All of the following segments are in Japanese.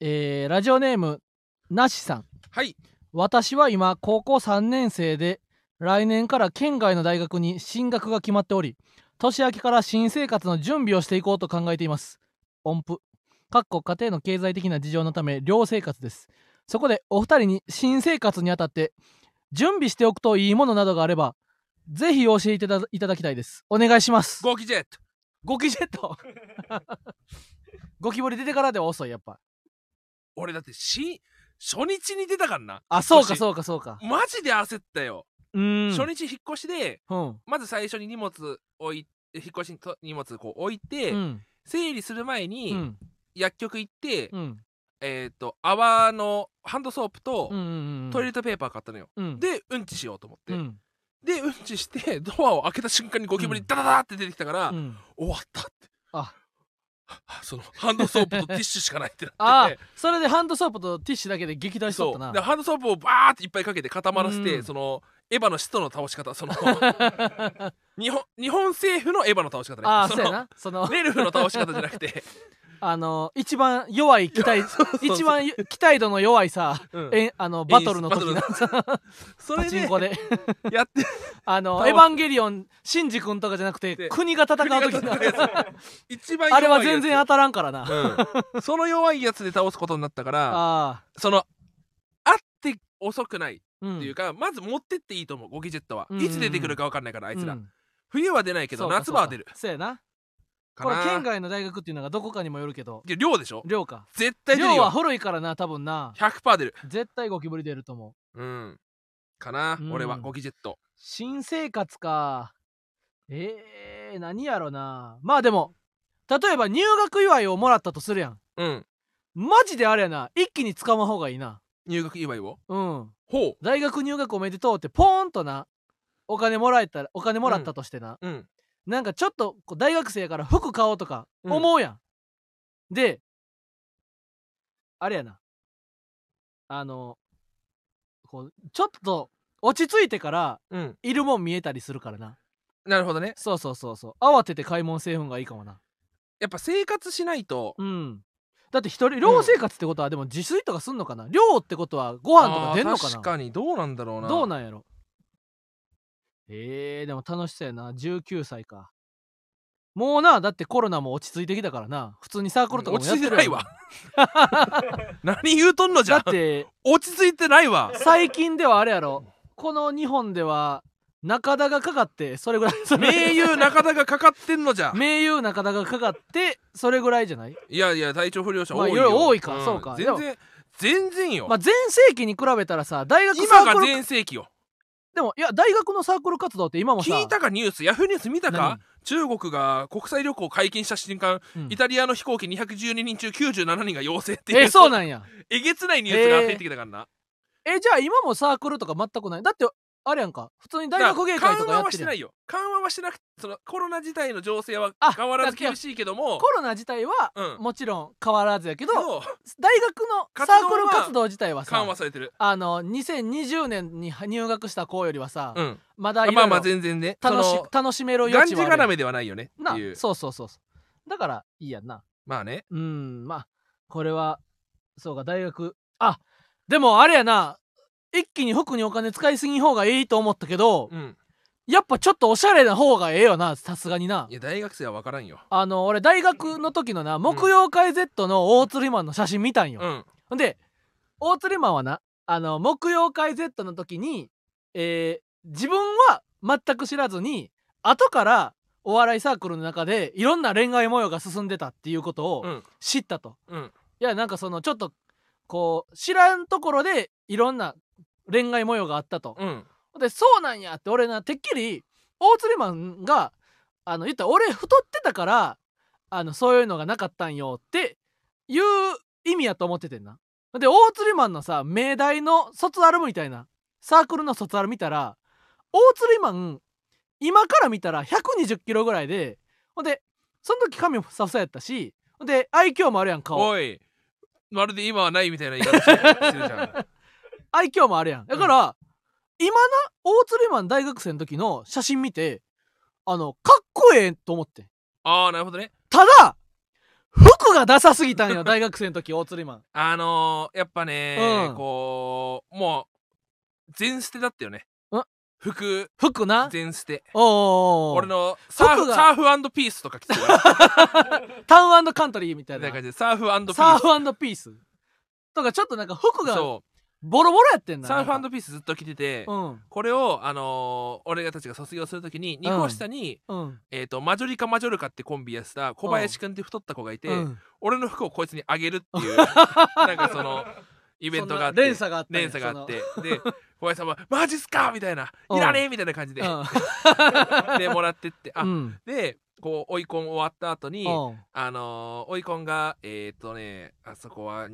えーラジオネームなしさんはい私は今高校3年生で来年から県外の大学に進学が決まっており年明けから新生活の準備をしていこうと考えています音符かっこ家庭の経済的な事情のため寮生活ですそこでお二人に新生活にあたって準備しておくといいものなどがあればぜひ教えていただいただきたいですお願いしますゴキジェットゴキジェット ゴキブリ出てからでは遅いやっぱ俺だってし初日に出たからなあそうか少しそうかそうかマジで焦ったよ、うん初日引っ越しでうんまず最初に荷物置い引っ越しにと荷物こう置いて、うん整理する前に、うん薬局行って、うんえっ、と泡のハンドソープと、うんうんうんトイレットペーパー買ったのようんでうんちしようと思って、うんでうんちしてドアを開けた瞬間にゴキブリダダダって出てきたから、うん終わったってあは そのハンドソープとティッシュしかないってなってあーそれでハンドソープとティッシュだけで撃退しとっそたうなでハンドソープをバーっていっぱいかけて固まらせて、うんそのエヴァの使徒の倒し方 その日本日本政府のエヴァの倒し方ねああそそうやのなそのレルフの倒し方じゃな くて、あの一番弱い期待 そう一番期待度の弱いさうんえあのバトルの時なバ そパれチンでコで やってあの倒エすヴァンゲリオンシンジ君とかじゃなくてで国が戦う時国なが戦うやつ一番弱いあれやつは全然当たらんからなうんその弱いやつで倒すことになったからあそのあって遅くないっーうんていうか、まず持ってっていいと思うゴキジェットは、うんうんうんいつ出てくるか分かんないからあいつら、うん冬は出ないけそどうか夏場は出るそうかそうやなかこなれ県外の大学っていうのがどこかにもよるけどいや量でしょ寮か絶対出る寮はよ古いからな多分な100%出る絶対ゴキブリ出ると思ううんかな、うん俺はゴキジェット新生活かえー、何やろなまあでも例えば入学祝いをもらったとするやんうんマジであれやな一気に掴まん方がいいな入学祝いをうんほ大学入学おめでとうってポーンとなお金もらえたらお金もらったとしてな、ううんなんかちょっとこう大学生やから服買おうとかうん思うやん、であれやなあのこうちょっと落ち着いてからうんいるもん見えたりするからななるほどねそうそうそうそう慌てて買い物せん方がいいかもなやっぱ生活しないと、うんだって一人寮生活ってことはでも自炊とかすんのかな、寮ってことはご飯とかあー出んのかな確かにどうなんだろうなどうなんやろえー、でも楽しそうやな19歳かもうなだってコロナも落ち着いてきたからな普通にサークルとかも落やっち着ているてやんないわ 何言うとんのじだゃんって落ち着いてないわ最近ではあれやろこの日本では中田がかかってそれぐらいそれ名優中田がかかってんのじゃ名優中田がかかってそれぐらいじゃないいやいや体調不良者まあ多いよ、いろいろ多いかんそうかで全も然全然よ、まあ、前世紀に比べたらさ大学サ今ーがクル全盛期よでもいや大学のサークル活動って今もさ聞いたかニュースヤフーニュース見たか何中国が国際旅行解禁した瞬間、うんイタリアの飛行機212人中97人が陽性っていうえそうなんや えげつないニュースが入ってきたからな、えじゃあ今もサークルとか全くないだってあれやんか普通に大学芸会と緩か和やっはてしてるなやんいよ緩和はしてなくそのコロナ自体の情勢はあ変わらず厳しいけどもコロナ自体はうんもちろん変わらずやけど、そう大学の活サ動はークル活動自体はさ緩和されてるあの2020年に入学した子よりはさ、うんまだいろまあいまろあ全然ね楽しその楽しめるがん余じ地はがあらるめではないよねっなていうそうそうそうそうだからいいやんなまあねうんまあこれはそうか大学あでもあれやな一気に服にお金使いすぎん方がいいと思ったけどうんやっぱちょっとおしゃれな方がええよなさすがにないや大学生は分からんよあの俺大学の時のな木曜会 Z の大釣りマンの写真見たんよ、うんほんで大釣りマンはなあの木曜会 Z の時に、えー自分は全く知らずに後からお笑いサークルの中でいろんな恋愛模様が進んでたっていうことをうん知ったと、うんいやなんかそのちょっとこう知らんところでいろんな恋愛模様があったと、うんでそうなんやって俺なてっきり大釣りマンがあの言ったら俺太ってたからあのそういうのがなかったんよっていう意味やと思っててんなで大釣りマンのさ命題の卒アルみたいなサークルの卒アル見たら大釣りマン今から見たら120キロぐらいでほんでその時髪もふさふさやったしほんで愛嬌もあるやん顔おいまるで今はないみたいな言い方してるじゃ ん愛嬌もあるやんだから、今な大釣りマン大学生の時の写真見てあのかっこええと思ってんああなるほどねただ服がダサすぎたん よ大学生の時大釣りマンあのー、やっぱね、うんこうもう全捨てだったよねん服服な全捨ておうおうおう俺のサー服フがサーフピースとか 着てたよタウンカントリーみたみいたないな感じでサーフピースサーフピースとかちょっとなんか服がそボロボロやってんうなサーピフピースずっと着てて、ーこれを、あのー俺たちが卒業するときに二個下に、うんうんえー、とマジョリカマジョルカってコンビやってた小林くんって太った子がいて、うん俺の服をこいつにあげるってい うなんかそのイベントがあってそんな連鎖があったんや連鎖があって で小林さんは「マジっすか!」みたいな「うんいらねえ!」みたいな感じで、う でもらってって あ、んうんでこう追い込ん終わった後に、うんあのー、追い込んがえっ、ー、とねあそこは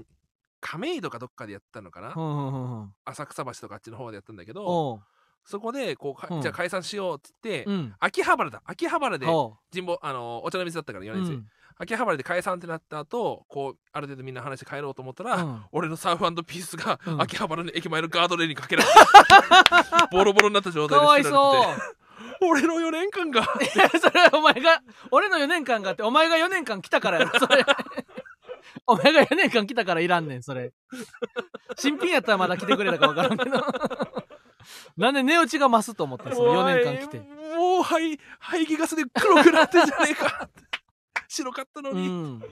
亀戸かどっかでやったのかな、うんうんうんうん浅草橋とかあっちの方でやったんだけどおうそこでこうか、うんじゃあ解散しようっつって、うん秋葉原だ秋葉原でおう神保あのーお茶の水だったから4う年生、ん秋葉原で解散ってなった後こうある程度みんな話して帰ろうと思ったら、うん俺のサーフピースがうん秋葉原の駅前のガードレールにかけられ て、ボロボロになった状か態でわい捨そてうられてて俺の4年間がいや それはお前が俺の4年間があってお前が4年間来たからやろそれ お前が4年間来たからいらんねんそれ新品やったらまだ来てくれたか分からんけど なんで値打ちが増すと思ったんその4年間来ておいもう排排気ガスで黒くなってんじゃねえかって白かったのうに、ん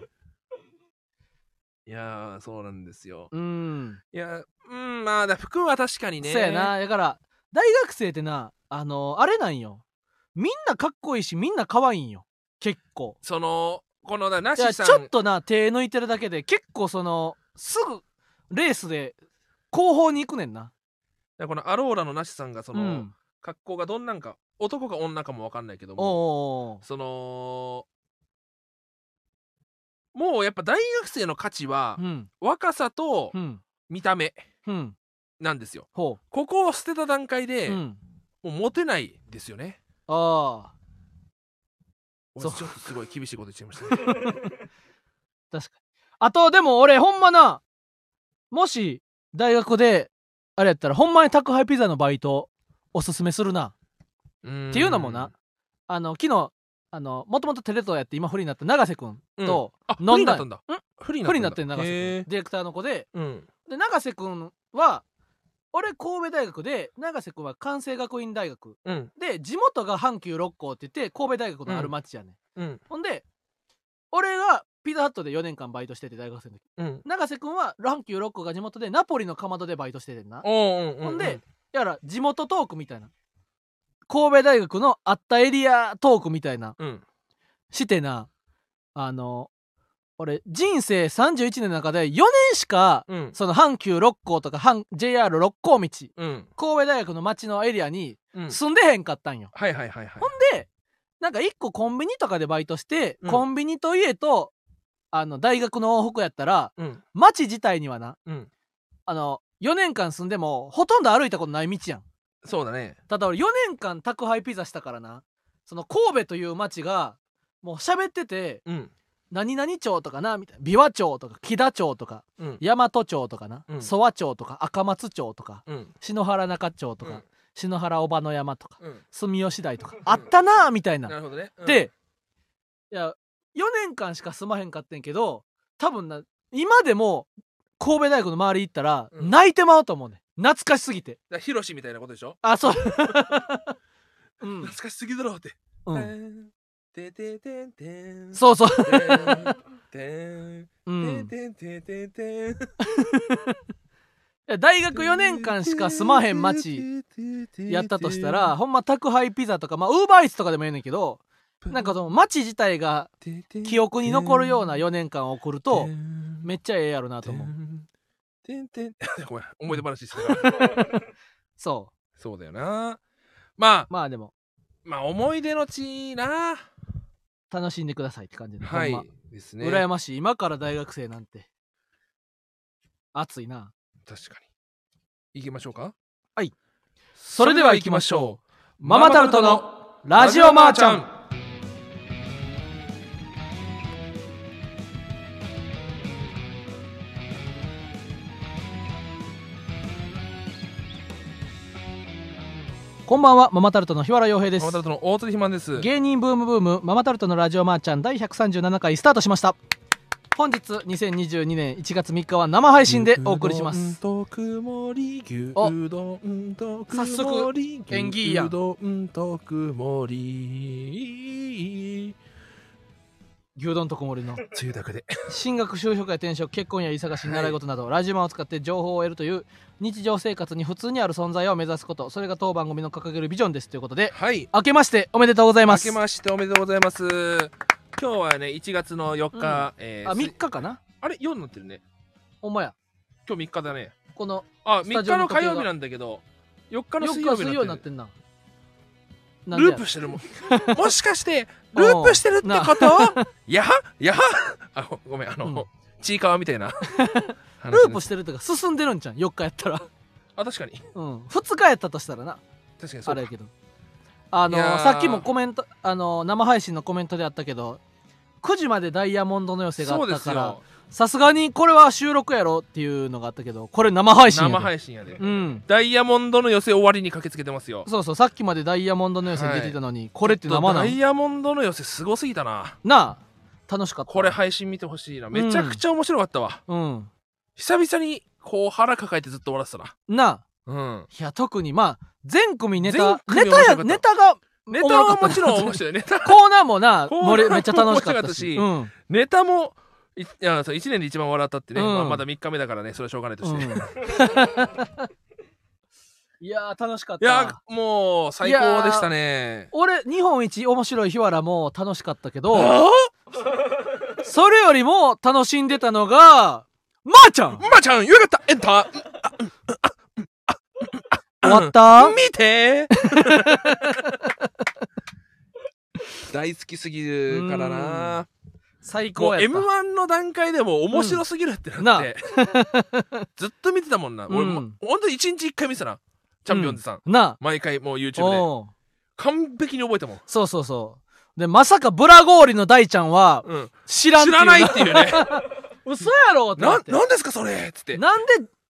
いやーそうなんですようん、いやうんまあだ服は確かにねそうやなだから大学生ってなあのあれなんよみんなかっこいいしみんな可愛いんよ結構そのこのだないやしちさょっんとな手抜いてるだけで結構そのすぐレースで後方に行くねんなこのアローラのなしさんがその、うん格好がどんなんか男か女かもわかんないけどもおうおうおうそのもうやっぱ大学生の価値はうん若さとうん見た目うんなんですよほここを捨てた段階でう、うもん、うモテないですよねああ俺そうちょっとすごい厳しいこと言っちゃいましたね 確かにあとでも俺ほんまなもし大学であれやったらほんまに宅配ピザのバイトおすすめするなっっていうのもなあの昨日あのもともとテレ東やって今フリーになった永瀬君とあ飲んだ不利になったんだ不利フリーになってる永瀬へ君ディレクターの子でーうんで永瀬君は俺神戸大学で永瀬君は関西学院大学うんで地元が阪急六甲って言って神戸大学のある町やね、んうんほんで俺がピザハットで4年間バイトしてて大学生の時うん永瀬君は阪急六甲が地元でナポリのかまどでバイトしててんなおーうんうんほんでやら地元トークみたいな神戸大学のあったエリアトークみたいなうんしてなあの俺人生31年の中で4年しかうんその阪急六甲とか阪 JR 六甲道神うん戸大学の町のエリアにうん住んでへんかったんよ、はいはいはいはいほんでなんか一個コンビニとかでバイトして、うんコンビニと家とあの大学の往復やったらうん町自体にはなうんあの4年間住んでもほとんど歩いたことない道やんそうだねただ俺4年間宅配ピザしたからなその神戸という町がもう喋っててうん何々町とかなみたいな琵琶町とか木田町とかうん大和町とかな、うん蘇我町とか赤松町とかうん篠原中町とか、うん篠原小葉の山とかうん住吉台とかうんあったなあみたいな。なるほどねうんでいや4年間しか住まへんかってんけど多分な今でも神戸大学の周り行ったらうん泣いてまうと思うね、ん、懐かしすぎてだからヒロシみたいなことでしょあそううん、懐かしすぎだ ろうって。うん、てんてんてんてんそうそう、てんてんうてん、んてんてんてんてんいや大学4年間しか住まへん町やったとしたら、ほんま宅配ピザとかまあウーバーイーツとかでもいいねんけどなんかその町自体が記憶に残るような4年間を送るとめっちゃええやろなと思うてんてんごめん思い出話してたからそそうだよなまあうまあでもまあ思い出の地な楽しんでくださいって感じで、はいほんですまね羨ましい今から大学生なんて熱いな確かに行きましょうかはいそれでは行きましょうママタルトのラジオマーちゃんこんばんはママタルトの日原洋平ですママタルトの大鳥ひまんです芸人ブームブームママタルトのラジオマーちゃん第137回スタートしました本日2022年1月3日は生配信でお送りします牛丼と曇り牛お丼と早曇速り縁起いいやん牛丼と曇り牛丼とこもりのつゆだくで進学就職や転職結婚や家探し習い事など、ラジオマンを使って情報を得るという日常生活に普通にある存在を目指すことそれが当番組の掲げるビジョンですということではい明けましておめでとうござい明ますけましておめでとうございます今日はね1月の4日、えーあす3日かなあれ4になってるねほんまや今日3日だねこのあスタ3ジオ日のの時計が火曜日なんだけど4日の4水日曜は日水曜になってんななんでルやープしてるもんもしかしてループしてるってことやはやはあごごめんあの、うんちいかわみたいな ループししてるとか進んでるんじゃん4日やったらあ確かにうん2日やったとしたらな確かにそあうれかやけどあのいやーさっきもコメントあの生配信のコメントであったけど9時までダイヤモンドの寄せがあそうっでたすからよさすがにこれは収録やろっていうのがあったけどこれ生配信やで生配信やで、うんダイヤモンドの寄せ終わりに駆けつけてますよそうそうさっきまでダイヤモンドの寄せに出てたのに、これって生なダのイヤモンドの寄せすごすぎたななあ楽しかったこれ配信見てほしいなめちゃくちゃ面白かったわ、うん久々にこう腹抱えてずっと終わらせたななあうんいや特にまあ全組ネタ全組ネタ面白やかったネタがネタはもちろん面面白 白いネタコーナーもなコーナーも盛りめっちゃ楽しかったし面ネタもいいやそう1年で一番笑ったってね、うんまあ、まだ3日目だからねそれはしょうがないとうしん、うて、んい、 いやー楽しかったやもう最高でしたね俺日本一面白い日原も楽しかったけどあそれよりも楽しんでたのがまー、ちゃんまーちゃんよかったエンタ終わった、見 て大好きすぎるからな最も高うやった m 1の段階でもう面白すぎるってなって、 ずっと見てたもんな、俺もうんほんと1日1回見てたなチャンピオンズさん、な毎回もうあ YouTube でおう完璧に覚えたもん、そうそうそうでまさかブラゴーリの大ちゃんはうん、知らんって知いうらないっていうね 嘘やろってな なってなんですかそれっつってなんで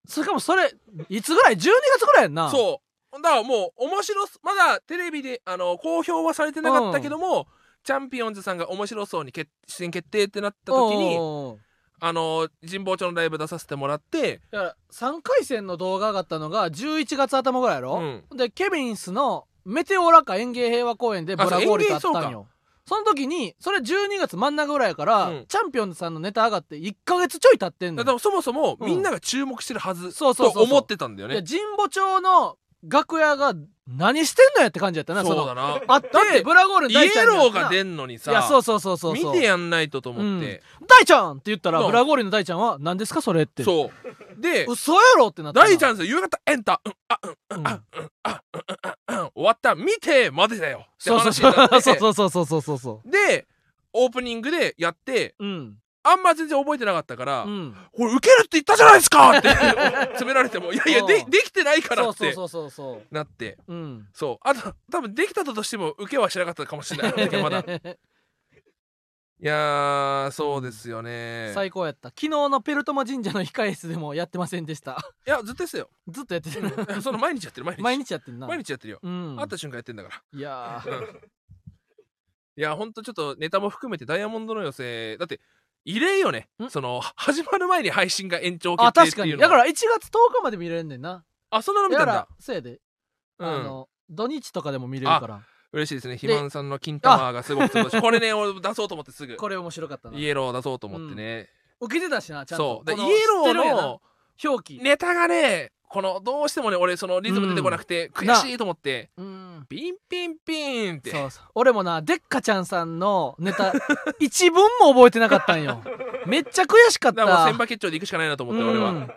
それかもそれいつぐらい12月ぐらいやんなそう。だからもう面白すまだテレビであの公表はされてなかったけども、チャンピオンズさんが面白そうに決出演決定ってなった時におうおうおうあの神保町のライブ出させてもらって、だから3回戦の動画上がったのが11月頭ぐらいやうろ、ん、でケビンスのメテオラカ園芸平和公園でブラゴーリと会ったんよその時にそれ12月真ん中ぐらいやから、うんチャンピオンさんのネタ上がって1ヶ月ちょい経ってんのだよか、らそもそもうんみんなが注目してるはずそうとそうそうそう思ってたんだよでね。神保町の楽屋が何してんのやって感じやったなそうのだな。あってだってブラゴールイの大ちゃエんにローが出んんのにいやそうさそうそうそうそう見てやんないとと思って、大ちゃんって言ったらそうブラゴーリの大ちゃんは何ですかそれってそうで嘘やろってなったな大ちゃんさ夕方エンタ、うんあうんうんうん、終わった見て待てだよってそうそうそ話になっう てそうそうそうそうそうそでオープニングでやってううんあんま全然覚えてなかったから「うんこれウケるって言ったじゃないですか!」って 詰められても「いやいやでうんできてないから」そうっそうてそうそうそなってううんそうあと多分できたとしてもウケはしなかったかもしれないけ どまだいやーそうですよね最高やった昨日のペルトマ神社の控え室でもやってませんでした いやずっとですよ ずっとやっててうんその毎日やってる毎 日毎日やってんな毎日やってるようん会った瞬間やってんだからいやーいやほんとちょっとネタも含めてダイヤモンドの寄せだって異例よねんそのは始まる前に配信が延長あ決定っ確てかいにうのがだから1月10日まで見れるんねんなあそんなの見だたかんだらそうやでうんあの土日とかでも見れるから嬉しいですね。肥満さんの金玉がすごくすごいし。これね、俺出そうと思ってすぐ。これ面白かったなイエローを出そうと思ってね。受けてたしなちゃんとそう。でイこのエ知ロってるんやーなの表記ネタがね、このどうしてもね、俺そのリズム出てこなくてん悔しいと思って、うんピンピンピンって。そうそう俺もなでっかちゃんさんのネタ 一文も覚えてなかったんよめっちゃ悔しかっだからもうた先輩決勝で行くしかないなと思って、うん俺は。だか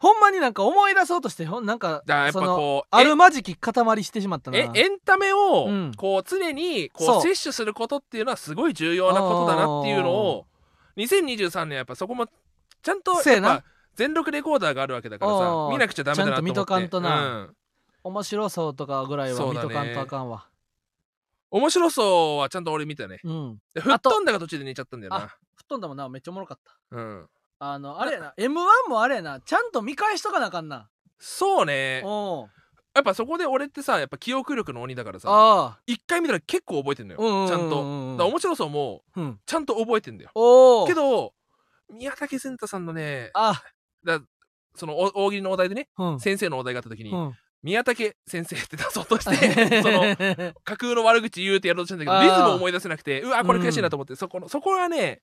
ほんまになんか思い出そうとしてほんなんからやっぱそのこう、あるまじき塊してしまったなええエンタメをうんこう常にそこうう摂取することっていうのはすごい重要なことだなっていうのを2023年やっぱそこもちゃんとせややっなぱ全力レコーダーがあるわけだからさあー見なくちゃダメだなと思ってちゃんと見とかんとなうん面白そうとかぐらいはそう見だとねかんとあかんわ面白そうはちゃんと俺見たね。う,、んで吹っ飛んだが途中で寝ちゃったんだよな。吹っ飛んだもんなめっちゃおもろかったうん。あのあれやな m 1もあれやなちゃんと見返しとかなあかんなそうね。おうやっぱそこで俺ってさ、やっぱ記憶力の鬼だからさ、ああ一回見たら結構覚えてんのよ。うんうんうんうんちゃんと。だから面白そうもうんちゃんと覚えてんだよ。おおけど、宮武健太さんのね、あ、そのお大喜利のお題でね、うん。先生のお題があった時に、うん宮武先生って出そう として、その、架空の悪口言うってやろうとしたんだけど、あーリズムを思い出せなくて、うわ、これ悔しいなと思って、そこの、そこはね、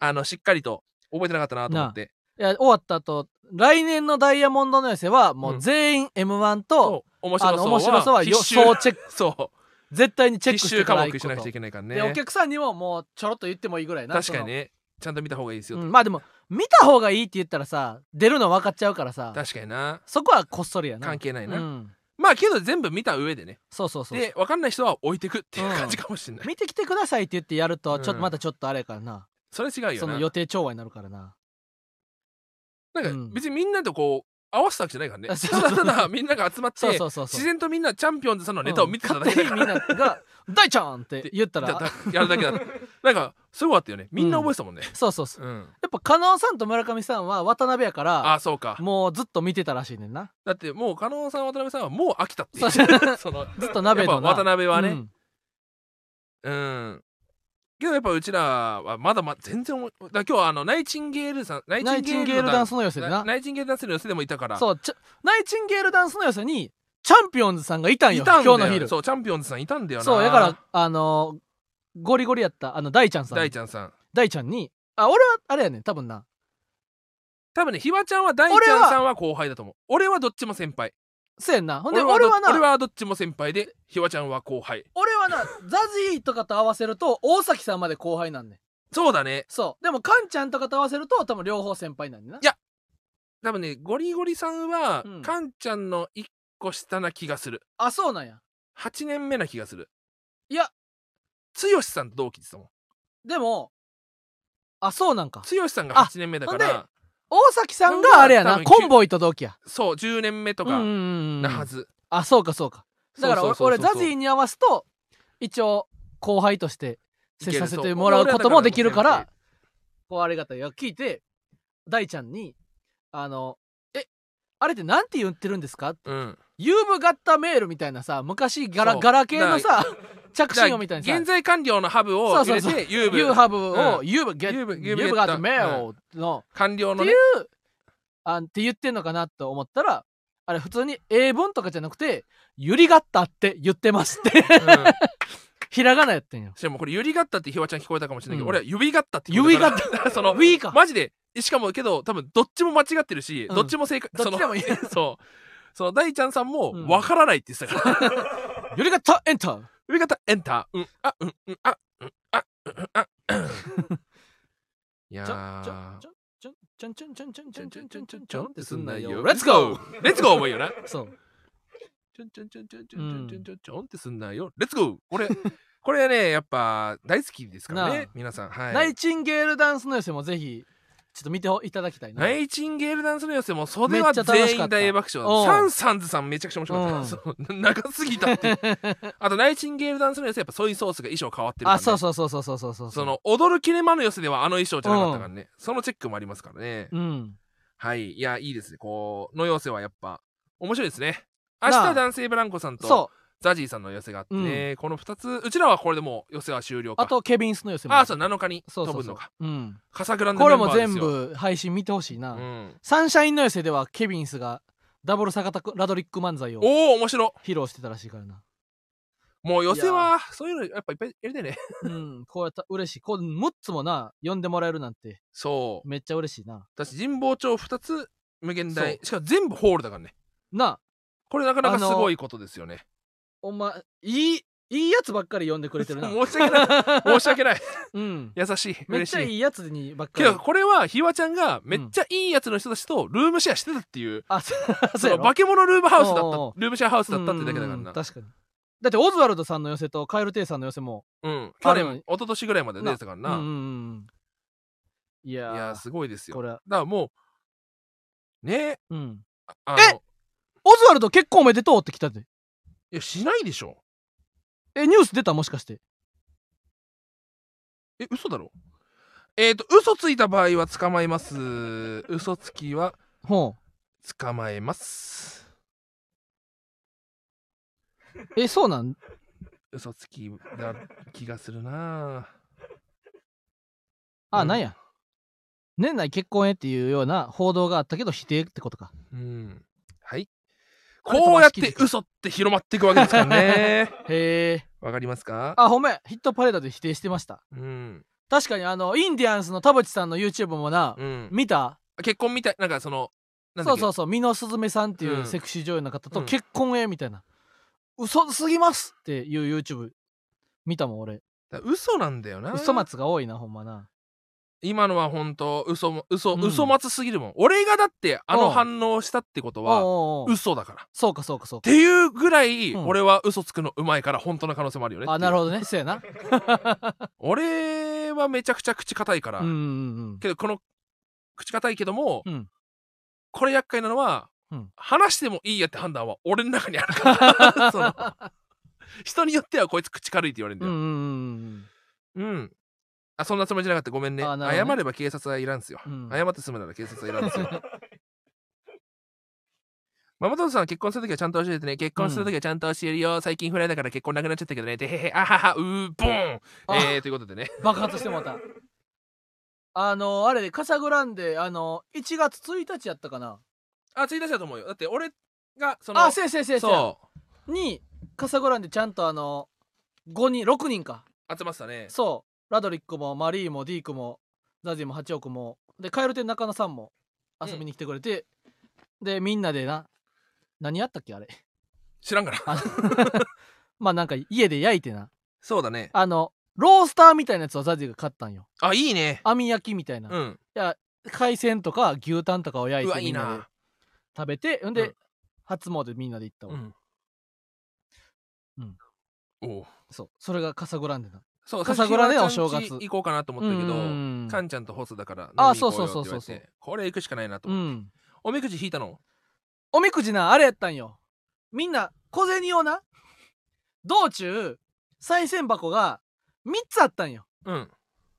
あの、しっかりと覚えてなかったなと思って。いや終わった後来年のダイヤモンドの寄せはもううん全員 m 1と、そう、面あ白のそう。面白さはよ必修そう チェックそう。絶対にチェック必して修か科ら目行くしことなくちゃいけないからでおね。客さんにももうちょろっと言ってもいいぐらいな確かにね、ちゃんと見た方がいいですそよの。うんまあでも見た方がいいって言ったらさ出るの分かっちゃうからさ確かにな。そこはこっそりやな関係ないな。うん、まあけど全部見た上でね。そうそうそうで、わかんない人は置いてくっていう感じかもしれない。見てきてくださいって言ってやるとちょっと、うんまたちょっとあれやからなそれ違うよそのな。予定調和になるからなうなんんか別にみんなとこう、合わせたわけじゃないからね。あ そうただただみんなが集まって、そうそうそうそう自然とみんなチャンピオンズさんのネタを見てただけだからうん勝手にみんな が「大ちゃん!」って言っただらだやるだけだった なんかすごかったよねみんな覚えてたもんね、そうそうそううんやっぱ加納さんと村上さんは渡辺やからああそうかもうずっと見てたらしいねんなだってもう加納さん渡辺さんはもう飽きたっていうそう そのずっと鍋やのっなぱ渡辺はうねんうん、けどやっぱうちらはまだま全然思いだから今日はあのナイチンゲールさんナイナイチンゲールダンスの寄せでななナイチンゲールダンスの寄せでもいたからそうちょナイチンゲールダンスの寄せにチャンピオンズさんがいたんよいたんだ今よ日の昼そうチャンピオンズさんいたんだよなそうだからあのーゴリゴリやったあの大ちゃんさん大ちゃんさん大ちゃんにあ俺はあれやねん多分な多分ねひばちゃんは大ちゃんさんは後輩だと思う俺はどっちも先輩そうやんなほんで俺はな俺俺ははどっちも先輩でひばちゃんは後輩なザジーとかと合わせると大崎さんまで後輩なんねんそうだねそうでもカンちゃんとかと合わせると多分両方先輩なんねんないや多分ねゴリゴリさんは、うんカンちゃんの一個下な気がするあそうなんや8年目な気がするいや剛さんと同期ですもんでもあそうなんか剛さんがあ8年目だかほんら大崎さんがあれや多な分コンボイと同期やそう10年目とうんうんかうんうんなはず、あそうかそうかだからそう俺そうそう俺そうザジーに合わすと一応後輩として接させいけてるもらうこともできるか俺はだらかこうありがたいよ聞いて大ちゃんに「あのえあれってなんて言ってるんですか?」うんユーブガッタメールみたいなさ昔ガラそうガラ系のさ着信だか音みたらいなさ現在完了のハブを入れそうそうてユーブユーハブをうユーブゲッユユーブユーブーブゲッガタッタメールの完了ってのいねうあんって言ってんのかなと思ったらあれ普通に英文とかじゃなくて「ゆりがった」って言ってますって うんひらがなやってんよ。しかもこれ「ゆりがった」ってひわちゃん聞こえたかもしれないけど、うん俺は「指がった」って指ったそウのィーか。マジでしかもけど多分どっちも間違ってるし、うんどっちも正解どっちでもいい。そのそうその大ちゃんさんもうんわからないって言ってたから、ゆりがったエンター指型エンターうんあうんうんあうんあうんうんあうんいやちょんちょーんちょんちょんちょんちょんちょんちょんちちょょんんちちょょんんちょちょんんちょんちょちょんちんっょんっててすすんんなよ Let's go! なよ。レッツゴーもいいよな。そう。ちょんちょんちょんちょんちょうんんちょんちょんちょんってすんなよ。レッツゴーこれ、これね、やっぱ大好きですからなあね、皆さん。はナいイ。チンゲールダンスの寄せもぜひちょっと見ていただきたいな。ナイチンゲールダンスの寄せも袖めっはちゃ楽しかった全員大爆うん笑サンサンズさんめちゃくちゃ面白かったそう長すぎたっていうあとナイチンゲールダンスの寄せやっぱソイソースが衣装変わってるからあねそうそうそうそうそうそうそう。その踊るキレマの寄せではあの衣装じゃなかったからねそのチェックもありますからねうん。はいいやいいですねこうの寄せはやっぱ面白いですね明なあ日男性ブランコさんとそザジーさんの寄せがあってねこの2つうちらはこれでもう寄せは終了う。かあとケビンスの寄せも。あそう7日にそう飛そうぶそのうか。うん。カサグランデこメれンバもーで全すよ部配信見てほしいな。うんサンシャインの寄せではケビンスがダブル坂田ラドリック漫才をおお面白披露してたらしいからな。もう寄せはそういうのやっぱいっぱいやりたいねうん、こうやった嬉しい。こう6つもな、呼んでもらえるなんてそうめっちゃ嬉しいな。私神保町2つ無限大そしかも全部ホールだからねなあ、これなかなあかすのごいことですよねお前、いい、いいやつばっかり呼んでくれて るな。申し訳 ない申し訳ないうん。優しいめっ嬉ちしゃいいいやつにばっかけり。どこれはひわちゃんがめっちゃいいやつの人たちとルームシェアしてたっていう、あ、そうそそうやのろ化け物ルームハウスだったおうおうルームシェアハウスだったってだけだからうんうんな確かに。だってオズワルドさんの寄せとカエルテイさんの寄せも。うんあ去る年一昨年ぐらいまで出てたからな、うんうんうん。いやーいやーすごいですよこだかれは、らもうねうん。ああえのオズワルド結構おめでとうって来たで。いやしないでしょえ、ニュース出たもしかして。え嘘だろえっ、と嘘ついた場合は捕まえます嘘つきはほ捕まえますう。え、そうなん嘘つきな気がするなあ、うんなんや。年内結婚へっていうような報道があったけど否定ってことかうん。はい。あれとこうやっマシてキジ嘘って広まっていくわけですから ね。へえわかりますかあほんまやヒットパレードで否定してましたうん。確かにあのインディアンスの田淵さんの YouTube もな、うん。見た結婚みたい、なんかその、なんだそっうけそうそう美濃すずめさんっていううんセクシー女優の方うとん結婚へみたいな、嘘すぎますっていう YouTube 見たもん俺だから嘘なんだよな。嘘松が多いなほんまな今のは本当嘘も、嘘、うん嘘待つすぎるもん。俺がだってあうのん反応したってことおは、うおうおう嘘だから。っそうかそうかそうかていうぐらい、うん俺は嘘つくのうまいから本当の可能性もあるよね。あなるほど。ほどねそうやな俺はめちゃくちゃ口硬いから、うんうんうんけどこの口硬いけども、うんこれ厄介なのは、うん話してもいいやって判断は俺の中にあるか らその人によってはこいつ口軽いって言われるんうだんうんようんうん、あそんなつもりじゃなかったごめんねあなる謝ほどねれば警察はいらんすよ、うん謝って済むなら警察はいらん すうよ んママトさん結婚するときはちゃんと教えてね結婚するときはちゃんと教えるよ、最近フライだから結婚なくなっちゃったけどねてへへあははうーボンあえー、ということでね爆発してもうたあのあれでカサグランデあの1月1日やったかなあつい出したと思うよだって俺がそのあせやせやせやせやそうにカサグランデちゃんとあの5人6人か集まってたねそうラドリックもマリーもディークもザジーも八億もでカエル亭中野さんも遊びに来てくれて、でみんなでな何やったっけあれ知らんからあの まあなんか家で焼いてなそうだねあのロースターみたいなやつをザジーが買ったんよあいいね網焼きみたいな、うん海鮮とか牛タンとかを焼ういわていみいんなでな、食べてほんで、うん初詣みんなで行ったわ、うんうんおうそうそれがカサグランデなそうカサグラね最お初正ひわちゃん月家行こうかなと思ったけどうんカンちゃんとホスだからあ飲みに行こよそうそうって言われてそうそうこれ行くしかないなとう思って、んおみくじ引いたのおみくじなあれやったんよみんな小銭をな道中賽銭箱が3つあったんようん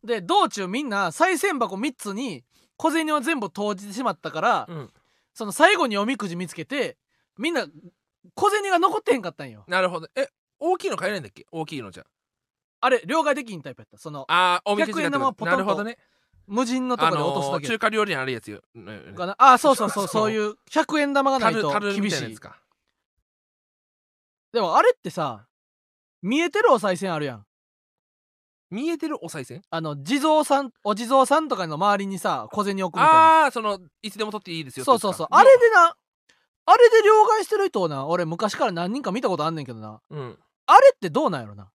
で道中みんな賽銭箱3つに小銭を全部投じてしまったから、うんその最後におみくじ見つけてみんな小銭が残ってへんかったんよなるほどえ大きいの買えないんだっけ大きいのじゃあれ両替できんタイプやったそのあーおみくじ100円玉買ってポトくれたなンとるほどね無人のとあこで落とすのだーけ中華料理にあるやつよのよねかなあそうそうそうそうそういう100円玉がない樽と樽み厳たしいなやいつかでもあれってさ見えてるお賽銭あるやん見えてるお賽銭あの地蔵さんお地蔵さんとかの周りにさ小銭置くみたいなああそのいつでも取っていいですよってそやうつそかうそうあれでなあれで両替してる人をな俺昔から何人か見たことあんねんけどなうんあれってどうなんやろな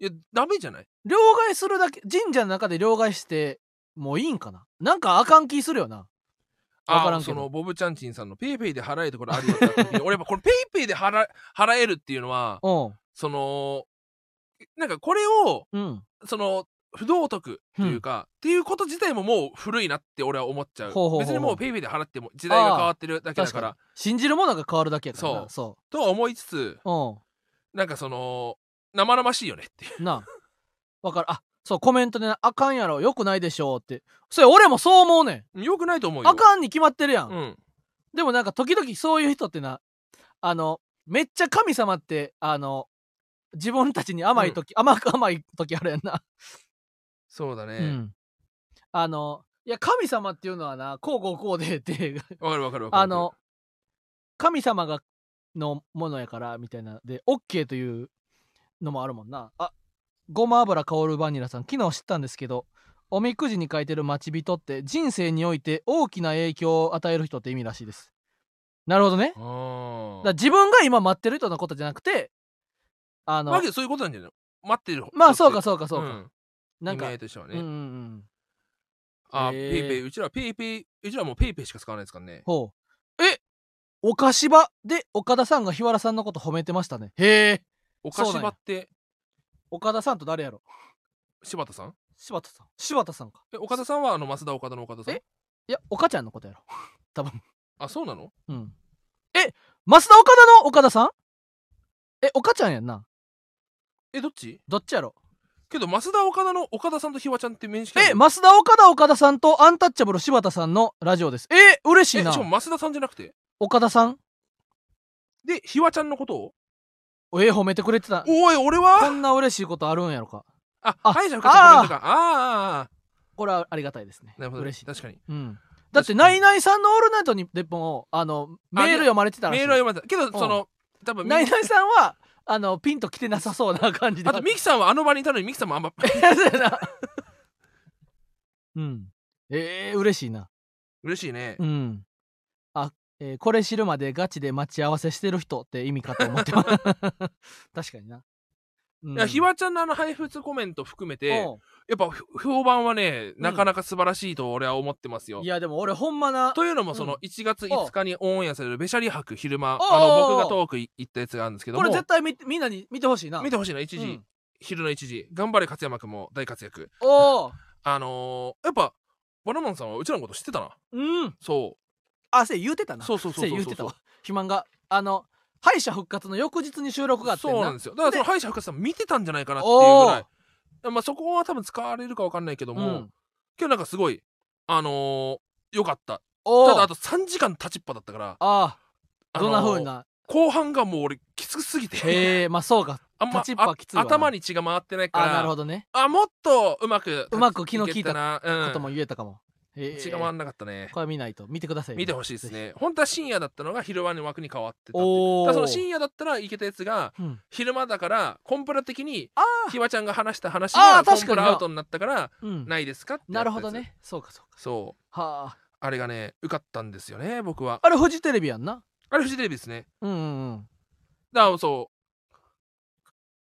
いやダメじゃない両替するだけ神社の中で両替してもういいんかななんかあかん気するよなわからんあーけそのどボブちゃんちんさんのペイペイで払えところあるよって言っ た時に俺やっぱこれペイペイで払え払えるっていうのはうんそのなんかこれをうんその不道徳というか、っていうこと自体ももう古いなって俺は思っちゃうほうほうほう別にもうペイペイで払っても時代が変わってるだけだ確かからに信じるものが変わるだけやからなそとは思いつつううんなんかその生々しいよねっていうなあわかるあそうコメントでな「あかんやろよくないでしょ」ってそれ俺もそう思うねよくないと思うんよあかんに決まってるやん、うんでもなんか時々そういう人ってなあのめっちゃ神様ってあの自分たちに甘い時、甘く甘い時あるやんな、そうだねう、んあのいや神様っていうのはなこうこうこうでってわかるわかるわかるあの神様がのものやからみたいなで OK というのもあるもんなあごま油香るバニラさん昨日知ったんですけどおみくじに書いてる待ち人って人生において大きな影響を与える人って意味らしいですなるほどねあーだから自分が今待ってる人のことじゃなくてあまあのけどそういうことなんじゃないの待ってるまあそうかそそうかそうか、んなんか、意味合いとしてはうね、んうんうんあ、へペーイペイ、うちらペイペイ、うちらもうペイペイしか使わないですからね。ほうえお菓子場で岡田さんが日原さんのこと褒めてましたねへえお菓そう子なん場やって岡田さんと誰やろ柴田さん柴田さん柴田さんかえ、岡田さんはあの、増田岡田の岡田さんえいや、岡ちゃんのことやろ。多分。あ、そうなのうん。え、増田岡田の岡田さんえ、岡ちゃんやんな。え、どっちどっちやろ。けど、増田岡田の岡田さんとひわちゃんって面識あるえ、増田岡田岡田さんとアンタッチャブル柴田さんのラジオです。え、嬉しいえなしか。も増田さんじゃなくて。岡田さん。で、ひわちゃんのことをえ、褒めてくれてた。おい、俺こはんな嬉しいことあるんやろか。あ、あ敗者復活のコメントか。あーあーあこれはありがたいですねなるほど嬉しい、確かにうん、だってナイナイさんの「オールナイトに」でもあのメール読まれてたらしメいールは読まれたけどその多分みナイナイさんはあのピンと来てなさそうな感じであとミキさんはあの場にいたのにミキさんもあん まそうやな うんえー、嬉しいな嬉しいねうんあ、えーこれ知るまでガチで待ち合わせしてる人って意味かと思って ます確かにな、うんいやひわちゃんのあの配布コメント含めてやおうっぱふ評判はねんなかなか素晴らしいと俺は思ってますよいやでも俺ほんまなというのもそうのん1月5日にオンエアされる「べしゃり博昼間」あおうおうおうの僕がトークい行ったやつがあるんですけどこもれ絶対みみんなに見てほしいな見てほしいな1う時ん昼の1時頑張れ勝山君も大活躍おおあのーやっぱバナモンさんはうちらのこと知ってたなうんそあせい言うてたうなそうそうそうせいそ言ううそうてたわ肥満があの敗者復活の翌日に収録があってそうなんでですよだからその敗者復活さん見てたんじゃないかなっていうおーぐらいまあそこは多分使われるかわかんないけども、うん、今日なんかすごいあのー、よかったおただああと3時間立ちっぱだったから、ああーどのーんな風な後半がもう俺きつくすぎてへえまあそうか あんま立ちっぱきついわあな頭に血が回ってないかあらーなるほどねあもっとうまくうまく気の利いたな、うこん、とも言えたかも、へえ血が回んなかったねこれ見ないと見てください見てほしいですね本当は深夜だったのが昼間の枠に変わってたっていうおだおからその深夜だったらいけたやつがうん、昼間だからコンプラ的にあひわちゃんが話した話あがーコ確かンにプラアウトになったからー、うん、なないですかってやつるほどねそうかそうかそうはああれがね受かったんですよね僕はあれフジテレビやんなあれフジテレビですねうんうんだからそう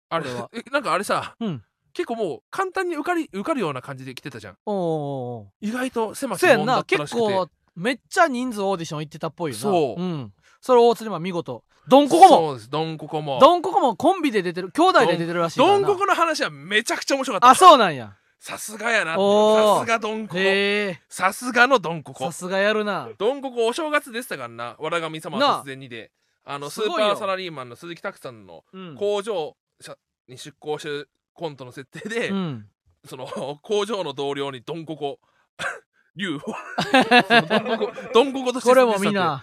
あれこれはえ なんかあれさ、うん結構もう簡単に受かり受かるような感じで来てたじゃんおーおーお意外と狭ーきそうや門んだなったらし結くて構めっちゃ人数オーディション行ってたっぽいよなそううん、それ大鶴マン見事ドンココもそうですドンココもドンココもコンビで出てる兄弟で出てるらしいからドなンココの話はめちゃくちゃ面白かっあたそうなんやさすがやなっておーさすがドンココへえさすがのドンココさすがやるなドンココお正月でしたからな「わらがみ様なあ突然にで」あのすスーごいよパーサラリーマンの鈴木拓さんのうん工場社に出向してるコントの設定で、うんその工場の同僚にドンココ 竜をそのドンココドンココとしてこれも設定みんしたっな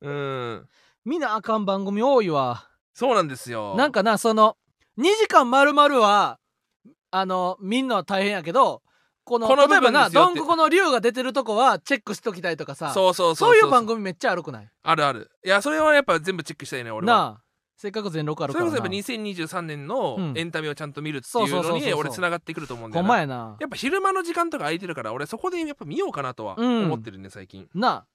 ていううんみんなあかん番組多いわそうなんですよなんかなその2時間まるまるはあのみんなは大変やけどこのこの部例えば分でなすよっどてんここの竜が出てるとこはチェックしときたいとかさそうそうそそうういう番組めっちゃあるくないあるあるいやそれはやっぱ全部チェックしたいね俺はなあせっかく全録あるそかれらこなそやっぱ2023年のエンタメをちゃんと見るってそういそううそうそのうそうに俺つながってくると思うんだほよんなまやなやっぱ昼間の時間とか空いてるから俺そこでやっぱ見ようかなとはうん思ってるね最近なあ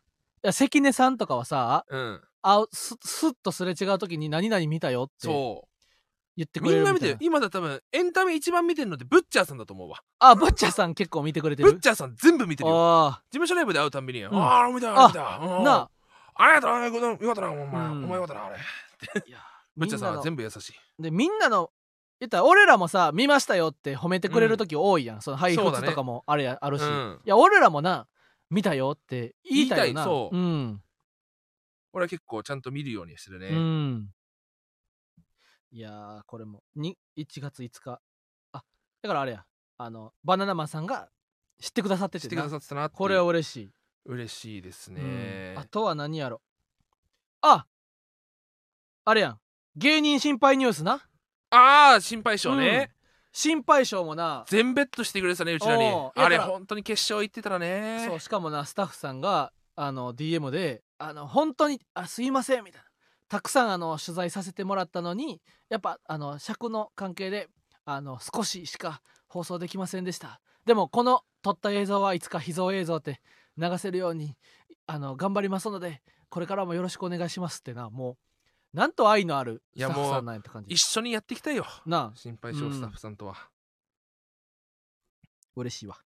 いや関根さんとかはさうんあすすっとすれ違う時に「何々見たよ」ってそ言ってうくみれんるなみ見たいてるな今だ多分エンタメ一番見てるのってブッチャーさんだと思うわあブッチャーさん結構見てくれてブッるチャーさん全部見てるよあ事務所ライブで会うたんびに「んああ見たよあれ見たよあうんなあありがとうありがとうよかったなお前うおん前よかったなあれいやブッチャーさんみんなはの全部優しいでみんなの言ったら俺らもさ見ましたよって褒めてくれる時多いやん、その配そうだ布ねとかもあれやあるし、うんいや俺らもな見たよって言いたいよな、言いたいそうん俺は結構ちゃんと見るようにしてるうねんいやーこれもに1月5日あだからあれやあのバナナマンさんが知ってくださってしてててくなださってたなっていうこれは嬉しい、嬉しいですうん、あねとは何やろああれやん芸人心配ニュースなああ心配性ね心配性もな全ベッドしてくれてたねうちらにおうあいれやだから本当に決勝行ってたらねそうしかもなスタッフさんがあの DM で「あの本当にあすいません」みたいなたくさんあの取材させてもらったのにやっぱあの尺の関係であの少ししか放送できませんでしたでもこの撮った映像はいつか秘蔵映像って流せるようにあの頑張りますのでこれからもよろしくお願いしますってなもうなんと愛のあるいスタやッフもさうんなんやって感じ一緒にやっていきたいよなあ心配性スタッフさんとは、嬉しいわ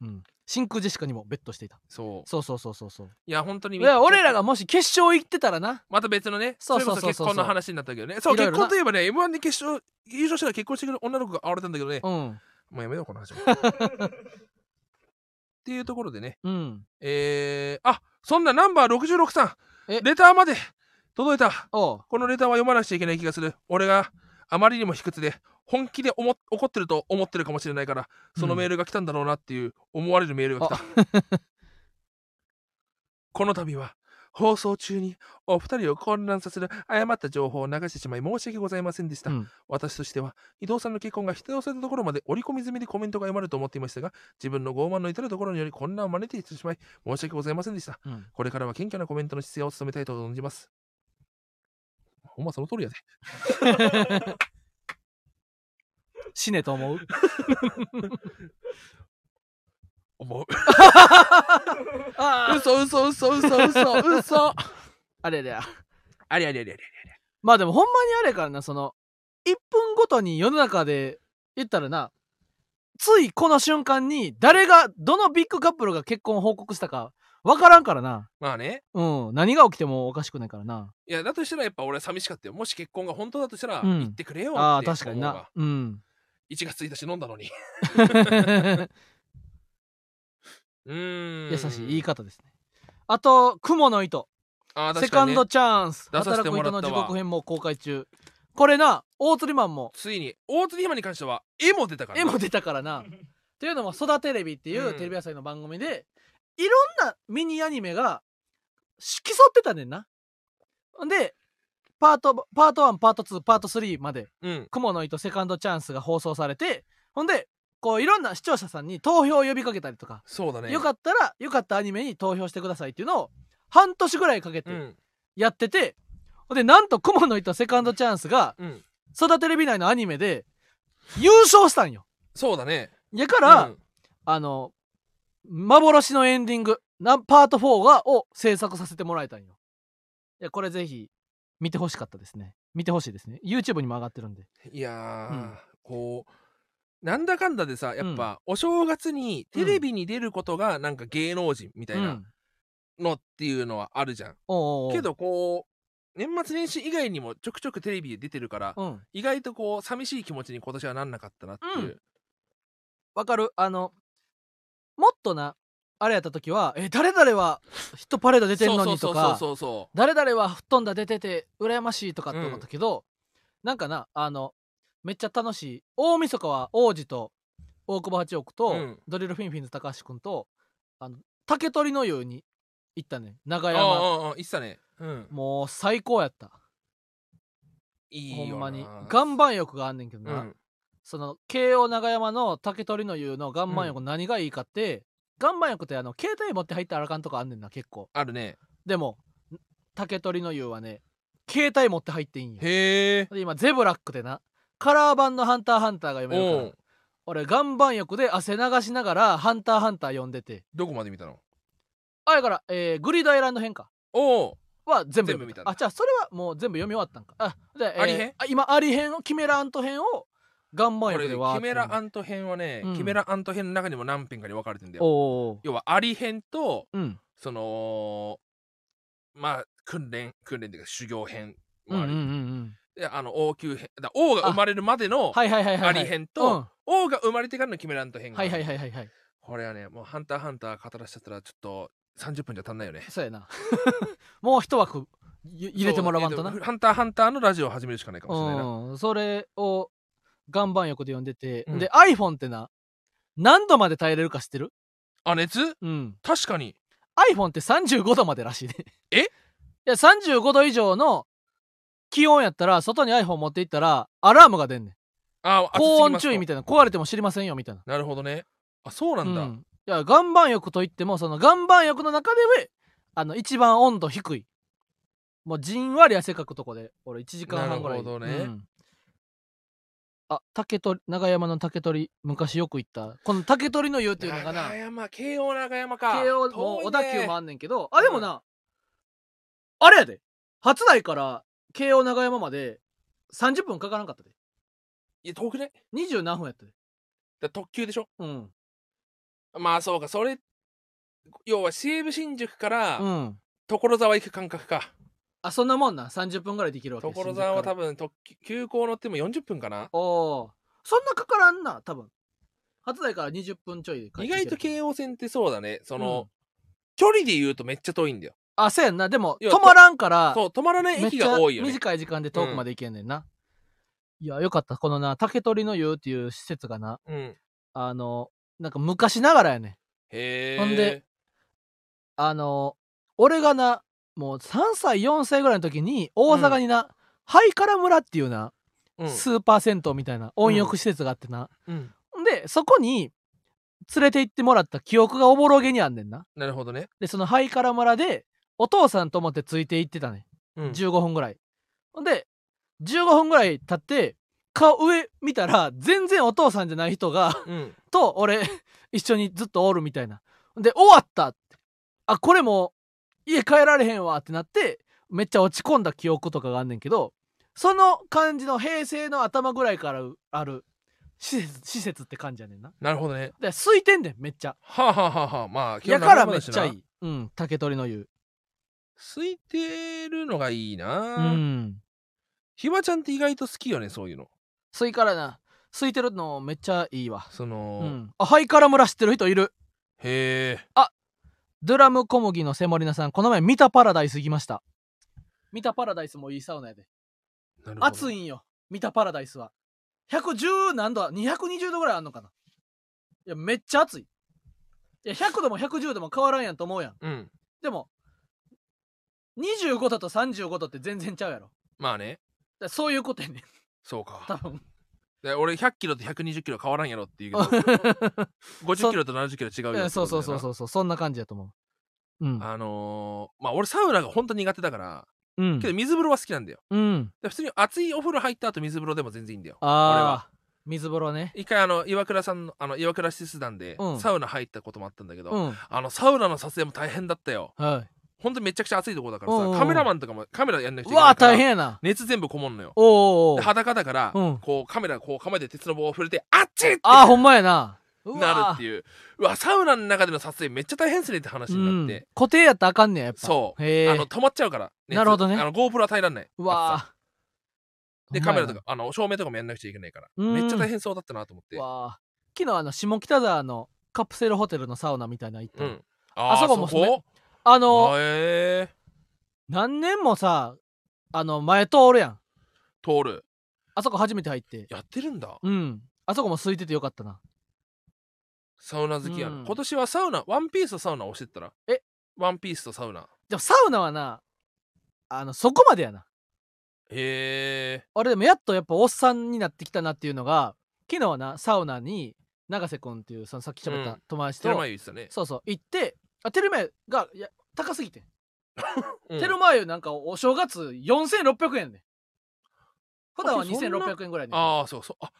うん真空ジェシカにもベットしていたそうそうそうそうそうそういや本当にいや俺らがもし決勝行ってたらなまた別のねそうそうれこそうそう結婚の話になったけどねそういろいろな結婚といえばね m 1で決勝優勝したら結婚してくる女の子が現れたんだけどね、うんもうやめようこの話も っていうところでねうんえー、あそんなナンバー66さんえレターまで届いたおうこのレターは読まなくちゃいけない気がする俺があまりにも卑屈で本気で思っ怒ってると思ってるかもしれないからそのメールが来たんだろう なっていう思われるメールが来た、この度は放送中にお二人を混乱させる誤った情報を流してしまい申し訳ございませんでした、うん私としては伊藤さんの結婚が否定をされたところまで織り込み済みでコメントが読まれると思っていましたが自分の傲慢の至るところにより混乱を招いてしまい申し訳ございませんでしたうんこれからは謙虚なコメントの姿勢を務めたいと存じますほんまその通りやで死ねと思う 思うあー嘘嘘嘘嘘嘘嘘あれだよありありありありまあでもほんまにあれからなその1分ごとに世の中で言ったらなついこの瞬間に誰がどのビッグカップルが結婚を報告したか分からんからなまあねうん何が起きてもおかしくないからないやだとしたらやっぱ俺は寂しかったよもし結婚が本当だとしたらうん言ってくれよって、あー確かになうん1月1日飲んだ のにうーん 優しい言い方ですねあと「雲の糸」あーセ確カかンに、ドね、チャンス」「出させ働てくもら人ったわの時刻編」も公開中これな大釣りマンもついに大津ひまに関しては絵も出たから絵ね、も出たから な。っていうのも「育テレビ」っていううんテレビ朝日の番組で、いろんなミニアニメが競ってたねんな。ほんでパートパート1パート2パート3までうん「雲の糸セカンドチャンス」が放送されてほんでこういろんな視聴者さんに投票を呼びかけたりとか、そうだねよかったらよかったアニメに投票してくださいっていうのを半年ぐらいかけうてんやってて、ほんでなんと「雲の糸セカンドチャンス」がうん「育テレビ」内のアニメで優勝したんよ。そうだねやから、うんあの幻のエンディングなパート4がを制作させてもらえたんよいやこれぜひ見てほしかったですね見てほしいですね YouTube にも上がってるんでいやー、うんこうなんだかんだでさやっぱ、お正月にテレビに出ることがなんか芸能人みたいなのっていうのはあるじゃん、おうおうおうけどこう年末年始以外にもちょくちょくテレビで出てるから、うん意外とこう寂しい気持ちに今年はなんなかったなっていう、わかるあのもっとなあれやった時は「え誰々はヒットパレード出てるのに」とかそうそうそうそ「誰々は吹っ飛んだ出てて羨ましい」とかって思ったけど、なんかなあのめっちゃ楽しい大晦日は王子と大久保八億と、うんドリルフィンフィンズ高橋君とあの竹取の湯に行ったね長う山ああああ言ってたねうんもう最高やったいいよほなんまに岩盤浴があんねんけどうな、んその慶応長山の竹取の湯の岩盤浴何がいいかって、岩盤浴ってあの携帯持って入ったらあかんとかあんねんな結構あるねでも竹取の湯はね携帯持って入っていいんよへえで今ゼブラックでなカラー版の「ハンターハンター」が読めるかおら俺う岩盤浴で汗流しながら「ハンターハンター」読んでてどこまで見たのあやから、えーグリードアイランド編かおおは全部全部見たんだあじゃあそれはもう全部読み終わったんかあじゃあ、えーアリ編あ今アリ編をキメラアント編を岩盤これ浴ねでわーっキとメラアント編はね、うんキメラアント編の中にも何編かに分かれてんだよおー要はアリ編とうんそのまあ訓練訓練っていうか修行編うんもうあんうり、んうんであの王宮編だ王が生まれるまでのはいはいはいはいはいアリ編と、王が生まれてからのキメラアント編うんがあはるいはいはいはいはいこれはねもう「ハンターハンター」語らしちゃったらちょっと30分じゃ足んないよねそうや なもう一枠ゆ入れてもらわんとなそうえっハンターハンターのラジオを始めるしかないかもしれないな。うん、それを岩盤浴で読んでて、うんで iPhone ってな何度まで耐えれるか知ってるあ、熱うん確かに。 iPhone って35度までらしいねえ いや35度以上の気温やったら外に iPhone 持っていったらアラームが出んねんあ、高温注意みたいたいな壊れても知りませんよみたいなな。なるほどね。あ、そうなんだ。うんいや岩盤浴といってもその岩盤浴の中であの一番温度低いもうじんわり汗かくとこで俺1時間半ぐらいなるほどねうんあ竹取長山の竹取昔よく行ったこの竹取の湯っていうのがな長山、慶応長山か。慶応も遠いね小田急もあんねんけどあでもな、あれやで初台から慶応長山まで30分かからんかったでいや、遠くね。 20何分やったでだ特急でしょ。うんまあ、そうか。それ、要は西武新宿からうん所沢行く感覚か。あそんなもんな30分ぐらいできるわけ所沢は多分分特急、急行乗っても40分かな。おおそんなかからんな多分初台から20分ちょいで帰ってきて意る外と京王線ってそうだね。その、うん距離で言うとめっちゃ遠いんだよ。あそうやんなでもいや止まらんからそう、止まらないめっち駅がゃ多いよね。短い時間で遠くまで行けんねんな、いやよかったこのな竹取の湯っていう施設がなうん。あのなんか昔ながらやねんへえ。ほんで、あの俺がなもう3歳4歳ぐらいの時に大阪にな、ハイカラ村っていうな、うんスーパー銭湯みたいな温浴施設があってな、うんでそこに連れて行ってもらった記憶がおぼろげにあんねんななるほどね。でそのハイカラ村でお父さんと思ってついて行ってたねうん15分ぐらいほんで15分ぐらい経って顔上見たら全然お父さんじゃない人が うんと俺一緒にずっとおるみたいなで終わったってあこれもう家帰られへんわってなってめっちゃ落ち込んだ記憶とかがあんねんけどその感じの平成の頭ぐらいからある施設施設って感じやねんななるほどね。で空いてんねんめっちゃはあ、はあはあはあ、まあ、やからめっちゃいい。いうん竹取の湯空いてるのがいいうな。んひばちゃんって意外と好きよね、そういうの。空いからな空いてるのめっちゃいいわそうの、ん、あハイカラ村知ってる人いるへえ。ドゥラム小麦のセモリナさんこの前見たパラダイス行きました見たパラダイスもいいサウナやでなるほど暑い。んよ見たパラダイスは110何度220度ぐらいあんのかないやめっちゃ暑いいや100度も110度も変わらんやんと思うやんうん。でも25度と35度って全然ちゃうやろだかまあね。らそういうことやねんそう多か。分で俺100キロと120キロ変わらんやろっていうけど、50キロと70キロ違うよってこといだよやな。そうそうそうそうそうそんな感じやと思ううんあのーまあ俺サウナが本当苦手だから、うんけど水風呂は好きなんだよ。うんで普通に熱いお風呂入った後水風呂でも全然いいんだよ。俺はああ水風呂ね一回あの岩倉さんのあの岩倉施設団でうんサウナ入ったこともあったんだけど、うんあのサウナの撮影も大変だったよはほんとめちゃくちゃ暑いとこだからさ、うんうんうんカメラマンとかもカメラやんないい人ういなわいから大変やな熱全部こもんのよおうおうおでう裸だから、うんこうカメラこう構えて鉄の棒を触れてあっちってあーほんまやななるっていういううわサウナの中での撮影めっちゃ大変っすねって話わになっうんて、固定やったらあかんねややっぱそうへえあの止まっちゃうから熱なるほどねあの GoPro は耐えらんないうわーでほカんまやメラなとかあの照明とかもやんなくちゃいけないから、うんめっちゃ大変そうだったなと思ってうわー昨日あの下北沢のカプセルホテルのサウナみたいなの行ったうのんあーあそこもそこあのあへえ何年もさあの前通るやん通るあそこ初めて入ってやってるんだうんあそこも空いててよかったなサウナ好きやな、うん今年はサウナワンピースとサウナをしてったらえワンピースとサウナでもサウナはなあのそこまでやなへえ俺でもやっとやっぱおっさんになってきたなっていうのが昨日はなサウナに永瀬君っていうそのさっき喋っうたん友達テルと、マユ言ってたね、そうそう行ってあテルマユがいや高すぎてん、うんテルマユなんかお正月4600円で普段はあそんな2600円ぐらいでああそうそうあ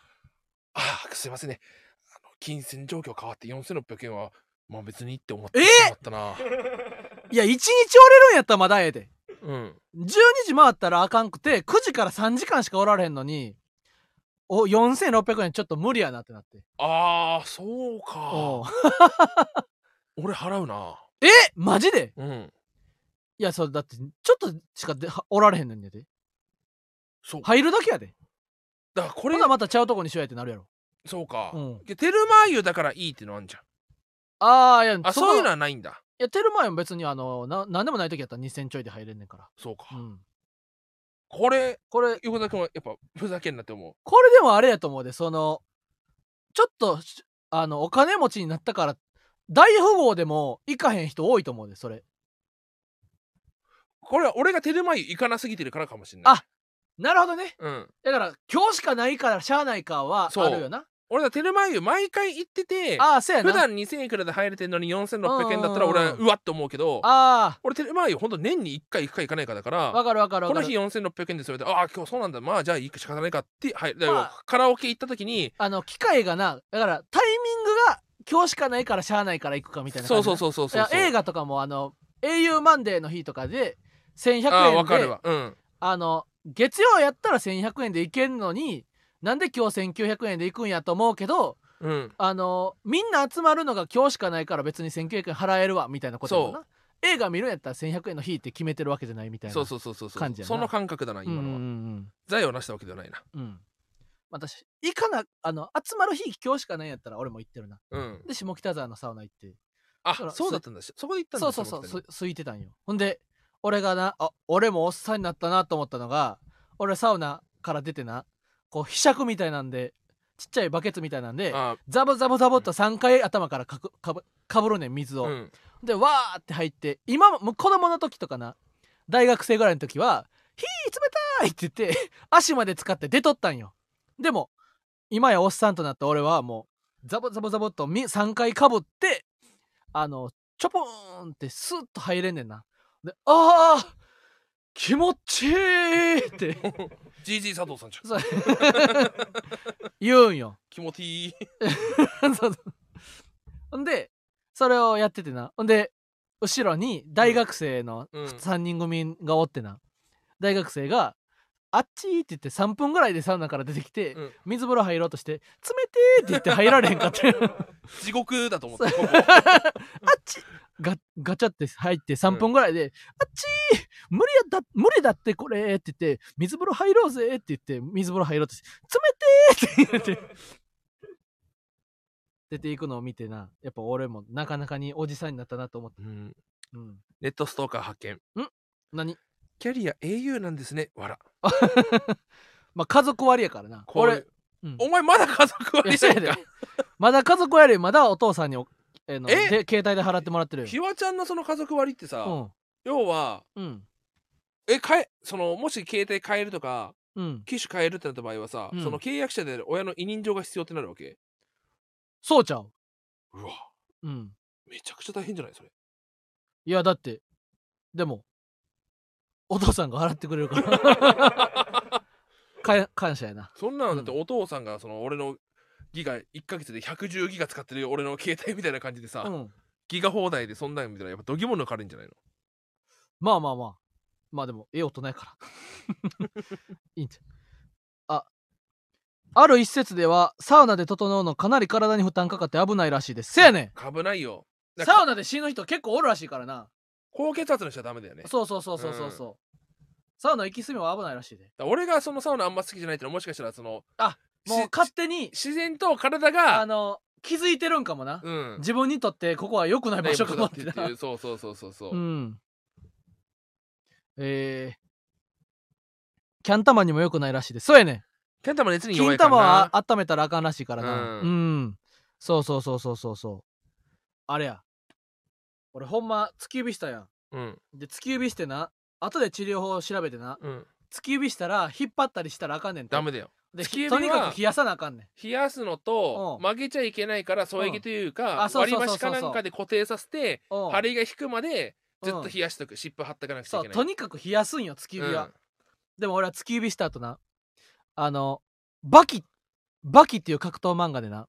あーすいませんねあの金銭状況変わって4600円はまあ別にって思ってえーしまったな、いや1日折れるんやったらまだええでうん12時回ったらあかんくて9時から3時間しかおられへんのにお4600円ちょっと無理やなってなってああそうかおう俺払うなえマジでうんいやそれだってちょっとしかではおられへんのにやでそう入るだけやでだからこほれなまたちゃうとこにしようやってなるやろ、そうか、うん、でテルマユだからいいってのあんじゃんああいやあこそういうのはないんだいやテルマエも別にあのな何でもない時やったら2000ちょいで入れんねんか、そうからうん、これこれ横田君はやっぱふざけんなって思うこれでもあれやと思うでそのちょっとしあのお金持ちになったから大富豪でも行かへん人多いと思うでそれこれは俺がテルマユ行かなすぎてるからかもしれないあなるほどねうんだから今日しかないからしゃあないかはそうあるよな俺はテルマユ毎回行っててああそうやな普段2000いくらで入れてんのに4600円だったらうん俺はうわって思うけどあ俺テルマユほんと年に1回行くか行かないかだかあわらかるわかるわこかのる日4600円ですよってああ今日そうなんだまあじゃあ行く仕方ないかってはいだまかあらカラオケ行った時にあの機会がなだからタイミングが今日しかないからしゃあないから行くかみたいなそ感うじそううそうそうそうそう映画とかもあの「英雄マンデー」の日とかで1100円でああわかるわうんあの月曜やったら1100円で行けるのになんで今日1900円で行くんやと思うけどうんあのみんな集まるのが今日しかないから別に1900円払えるわみたいなことやもんな映画見るんやったら1100円の日って決めてるわけじゃないみたいなそうそうそうそうそ感うじやなその感覚だなうんう今んうのはん財を成したわけではないなうんうん私行かなあの集まる日今日しかないんやったら俺も行ってるなうんで下北沢のサウナ行ってだかあらそうだったんだしそこで行ったんだそうそうそう下北す空いてたんよほんで俺がなあ俺もおっさんになったなと思ったのが俺サウナから出てなこうひしゃくみたいなんでちっちゃいバケツみたいなんでにあザボザボザボっと3回頭からかくかぶかぶるねん水を、うんでわーって入って今ももう子供の時とかな大学生ぐらいの時は「ひー冷たい!」って言って足まで使って出とったんよでも今やおっさんとなった俺はもうザボザボザボっと3回かぶってあのちょぽーんってスッと入れんねんなで「あー気持ちいい!」って GG 佐藤さんじゃんそう 言うんよ気持ちいい そうそうほんでそれをやっててなほんで後ろに大学生のうん3人組がおってな大学生が「あっち」って言って3分ぐらいでサウナから出てきて、うん水風呂入ろうとして「冷てー」って言って入られへんかった 地獄だと思ってここ あっちガガチャって入って3分ぐらいで「あっちー無理やだ無理だってこれ」って言って「水風呂入ろうぜ」って言って水風呂入ろうとして「冷てー」って言って出ていくのを見てなやっぱ俺もなかなかにおじさんになったなと思って、うんうん、ネットストーカー発見何キャリア au なんですねわらまあ家族割やからなこ俺れ、うんお前まだ家族い割やりそうなやんでかまだ家族よりまだお父さんにお、えーのえで携帯で払ってもらってるよひわちゃんのその家族割りってさ、要はうんうんえかえそのもし携帯変えるとかうん機種変えるってなった場合はさ、うんその契約者である親の委任状が必要ってなるわけそうちゃううわうんめちゃくちゃ大変じゃないそれいやだってでもお父さんが払ってくれるからか感謝やなそんなうんのだってお父さんがその俺のギガ1ヶ月で110ギガ使ってる俺の携帯みたいな感じでさ、うんギガ放題でそんなんみたいなやっぱどぎも抜かれんじゃないのまあまあまあまあでもええ音ないからいいんじゃあある一節ではサウナで整うのかなり体に負担かかって危ないらしいですせやね株ないよんだサウナで死ぬ人結構おるらしいからな高血圧の人はダメだよねだかそうそうそうそうそうそう、サウナ行き過ぎは危ないらしいでら俺がそのサウナあんま好きじゃないってのはもしかしたらそのあしもう勝手に自然と体あがの気づいてるんかもな、うん自分にとってここは良くない場所かもってない場所だっていうそうそうそうそうそう、うんえー、キャン玉にも良くないらしいですそうやねんキャンタマ熱に金弱いから玉なは温めたらあかんらしいからなう、うんんそうそうそうそうそうそうあれや俺ほんま突き指したやんうんで突き指してな後で治療法を調べてなうん突き指したら引っ張ったりしたらあかんねんてダメだよで突き指とにかはく冷やさなあかんねん冷やすのとうん曲げちゃいけないから添え木といううんあかそう割そうりそうそう箸かなんかで固定させてうん針が引くまでずっうとん冷やしておく湿布貼ってかなくちゃそいうけないとにかく冷やすんよ突き指は、うんでも俺は突き指した後なあのバキバキっていう格闘漫画でな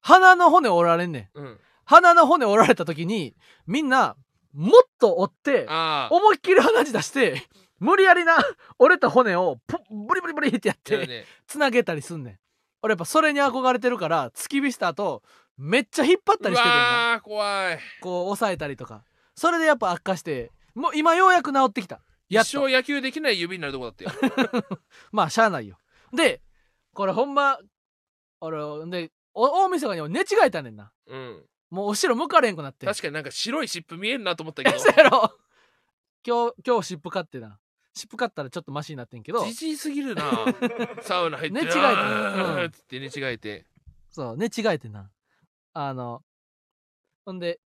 鼻の骨折られんねんうん鼻の骨折られた時にみんなもっと折ってああ思いっきり鼻血出して無理やりな折れた骨をプブリブリブリってやっだよてねつなげたりすんねん俺やっぱそれに憧れてるから突き指した後めっちゃ引っ張ったうりしててんなわー怖いこう抑えたりとかそれでやっぱ悪化してもう今ようやく治ってきたや一っと生野球できない指になるとこだっ たよまあしゃあないよでこれほんま俺でお大晦日にも寝違えたねんなうんもう後ろ向かれんくなって確かになんか白い湿布見えるなと思っ たけどそうやろ今日今日湿布買ってな湿布買ったらちょっとマシになってんけどじじいすぎ るなサウナ入って寝違えてあーっつって寝違えてそう寝違えてなあのほんで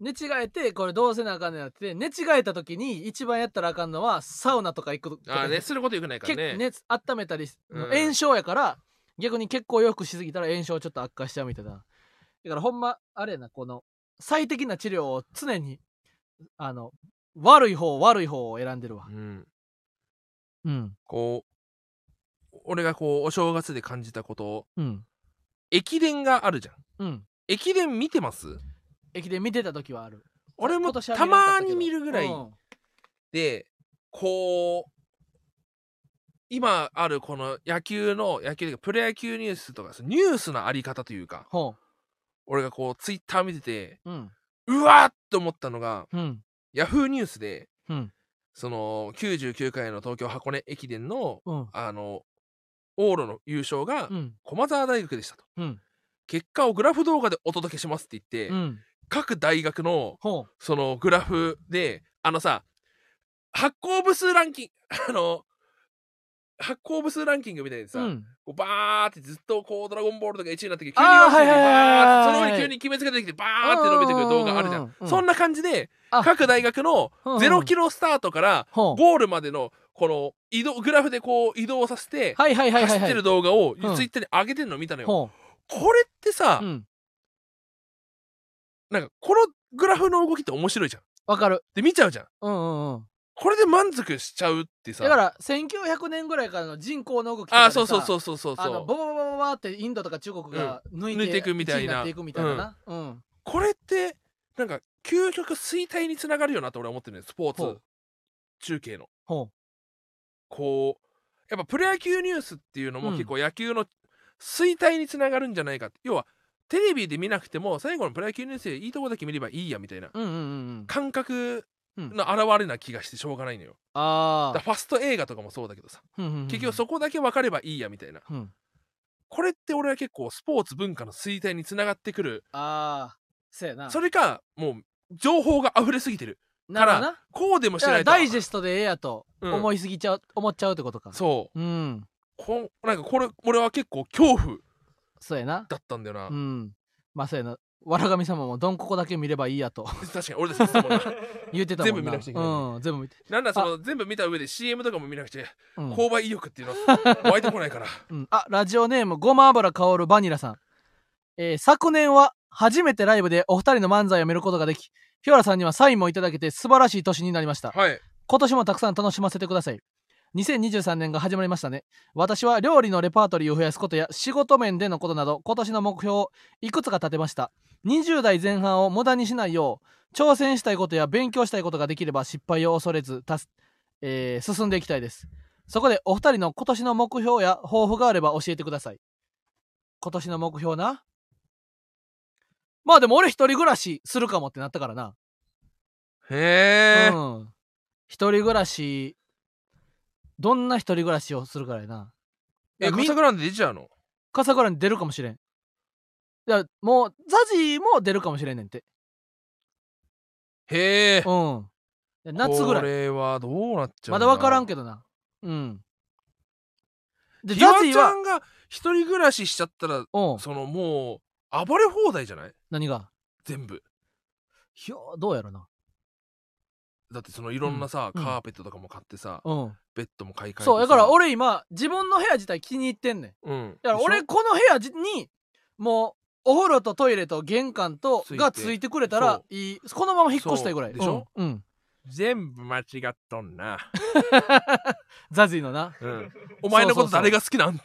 寝違えてこれどうせなあかんねんなって寝違えた時に一番やったらあかんのはサウナとか行くことああねすることよくないから結ね構熱温めたり、うん炎症やから逆に結構よくしすぎたら炎症ちょっと悪化しちゃうみたいなだからほんまあれやなこの最適な治療を常にあの悪い方悪い方を選んでるわうんうんこう俺がこうお正月で感じたことをうん駅伝があるじゃうんん駅伝見てます駅で見てた時はある俺も今年はたなかっまけどに見るぐらいうんでこう今あるこの野球の野球というかプロ野球ニュースとかニュースのあり方というかほ俺がこうツイッター見ててううんうわーっと思ったのがうんヤフーニュースでうんその99回の東京箱根駅伝のうんあの往路の優勝がうん駒澤大学でしたと、うん結果をグラフ動画でお届けしますって言って、うん各大学のほそのグラフであのさ発行部数ランキング あの発行部数ランキングみたいにうさ、うんこうバーってずっとこう「ドラゴンボール」とか1位になって急にあー弱くてはいはいはいはいバーってその上に急に決めつけてきてバーって伸びてくる動画あるじゃん、うんうんうんうんそんな感じであ各大学のうんうん0キロスタートからほうゴールまでのこの移動グラフでこう移動させてはいはいはいはい走はってるい動画をうんツイッターに上げてるの見たのよ。ほこれってさううんなんかこのグラフの動きって面白いじゃん。わかるで見ちゃうじゃん。うんうんうんこれで満足しちゃうってさ。だから1900年ぐらいからの人口の動きとかでさあそうそうそうそうそうあのそボボう。ボボボボってインドとか中国が抜いて,、抜いていくみたいなっていくみたいななうん、これってなんか究極衰退につながるよなって俺は思ってるねスポほーツう中継の。ほこうやっぱプロ野球ニュースっていうのもうん結構野球の衰退につながるんじゃないかって、要はテレビで見なくても最後のプロ野球ニュースでいいとこだけ見ればいいやみたいなううんうんうんうん感覚の表れな気がしてしょうがないのよ、あだからファスト映画とかもそうだけどさ、あ結局そこだけ分かればいいやみたいなうん、うん、これって俺は結構スポーツ文化の衰退につながってくるああそうやなそれかもう情報が溢れすぎてるなるほどなこうでもしだかならいとダイジェストでええやとうん思いすぎちゃう、思っちゃうってことかそううんこんなんかこれ俺は結構恐怖そうやなだったんだよ な、うんまあそうやなわらがみ様もどんここだけ見ればいいやと 確かに俺たちそうだもんな言ってたもんな全部見なくちゃいけないうん全部見て、なんだその全部見た上で CM とかも見なくちゃうん購買意欲っていうの湧いてこな いからうん、あラジオネームごま油香るバニラさん、えー昨年は初めてライブでお二人の漫才を見ることができ日原さんにはサインもいただけて素晴らしい年になりましたはい今年もたくさん楽しませてください2023年が始まりましたね私は料理のレパートリーを増やすことや仕事面でのことなど今年の目標をいくつか立てました20代前半を無駄にしないよう挑戦したいことや勉強したいことができれば失敗を恐れずたす、えー進んでいきたいですそこでお二人の今年の目標や抱負があれば教えてください今年の目標なまあでも俺一人暮らしするかもってなったからなへえ、うん、一人暮らしどんな一人暮らしをするからやなえみカサグランデ出ちゃうの笠倉に出るかもしれんいやもうザジーも出るかもしれんねんてへえうんいや夏ぐこらいれはどうなっちゃうまだ分からんどけどなうんでザザジジーちゃはんが一人暮らししちゃったらうんそのもう暴れ放題じゃない何が全部ひょどうやろなだってそのいろんなさ、うんうんカーペットとかも買ってさ、うんベッドも買い替えてさそうだから、俺今自分の部屋自体気に入ってんねんうん、だから俺でしこの部屋じにもうお風呂とトイレと玄関とついてがついてくれたらそいいこのまま引っ越したいぐらいそうでしょうんうんょ全部間違っとんな、ザジーのな うん、お前のこと誰が好きなんて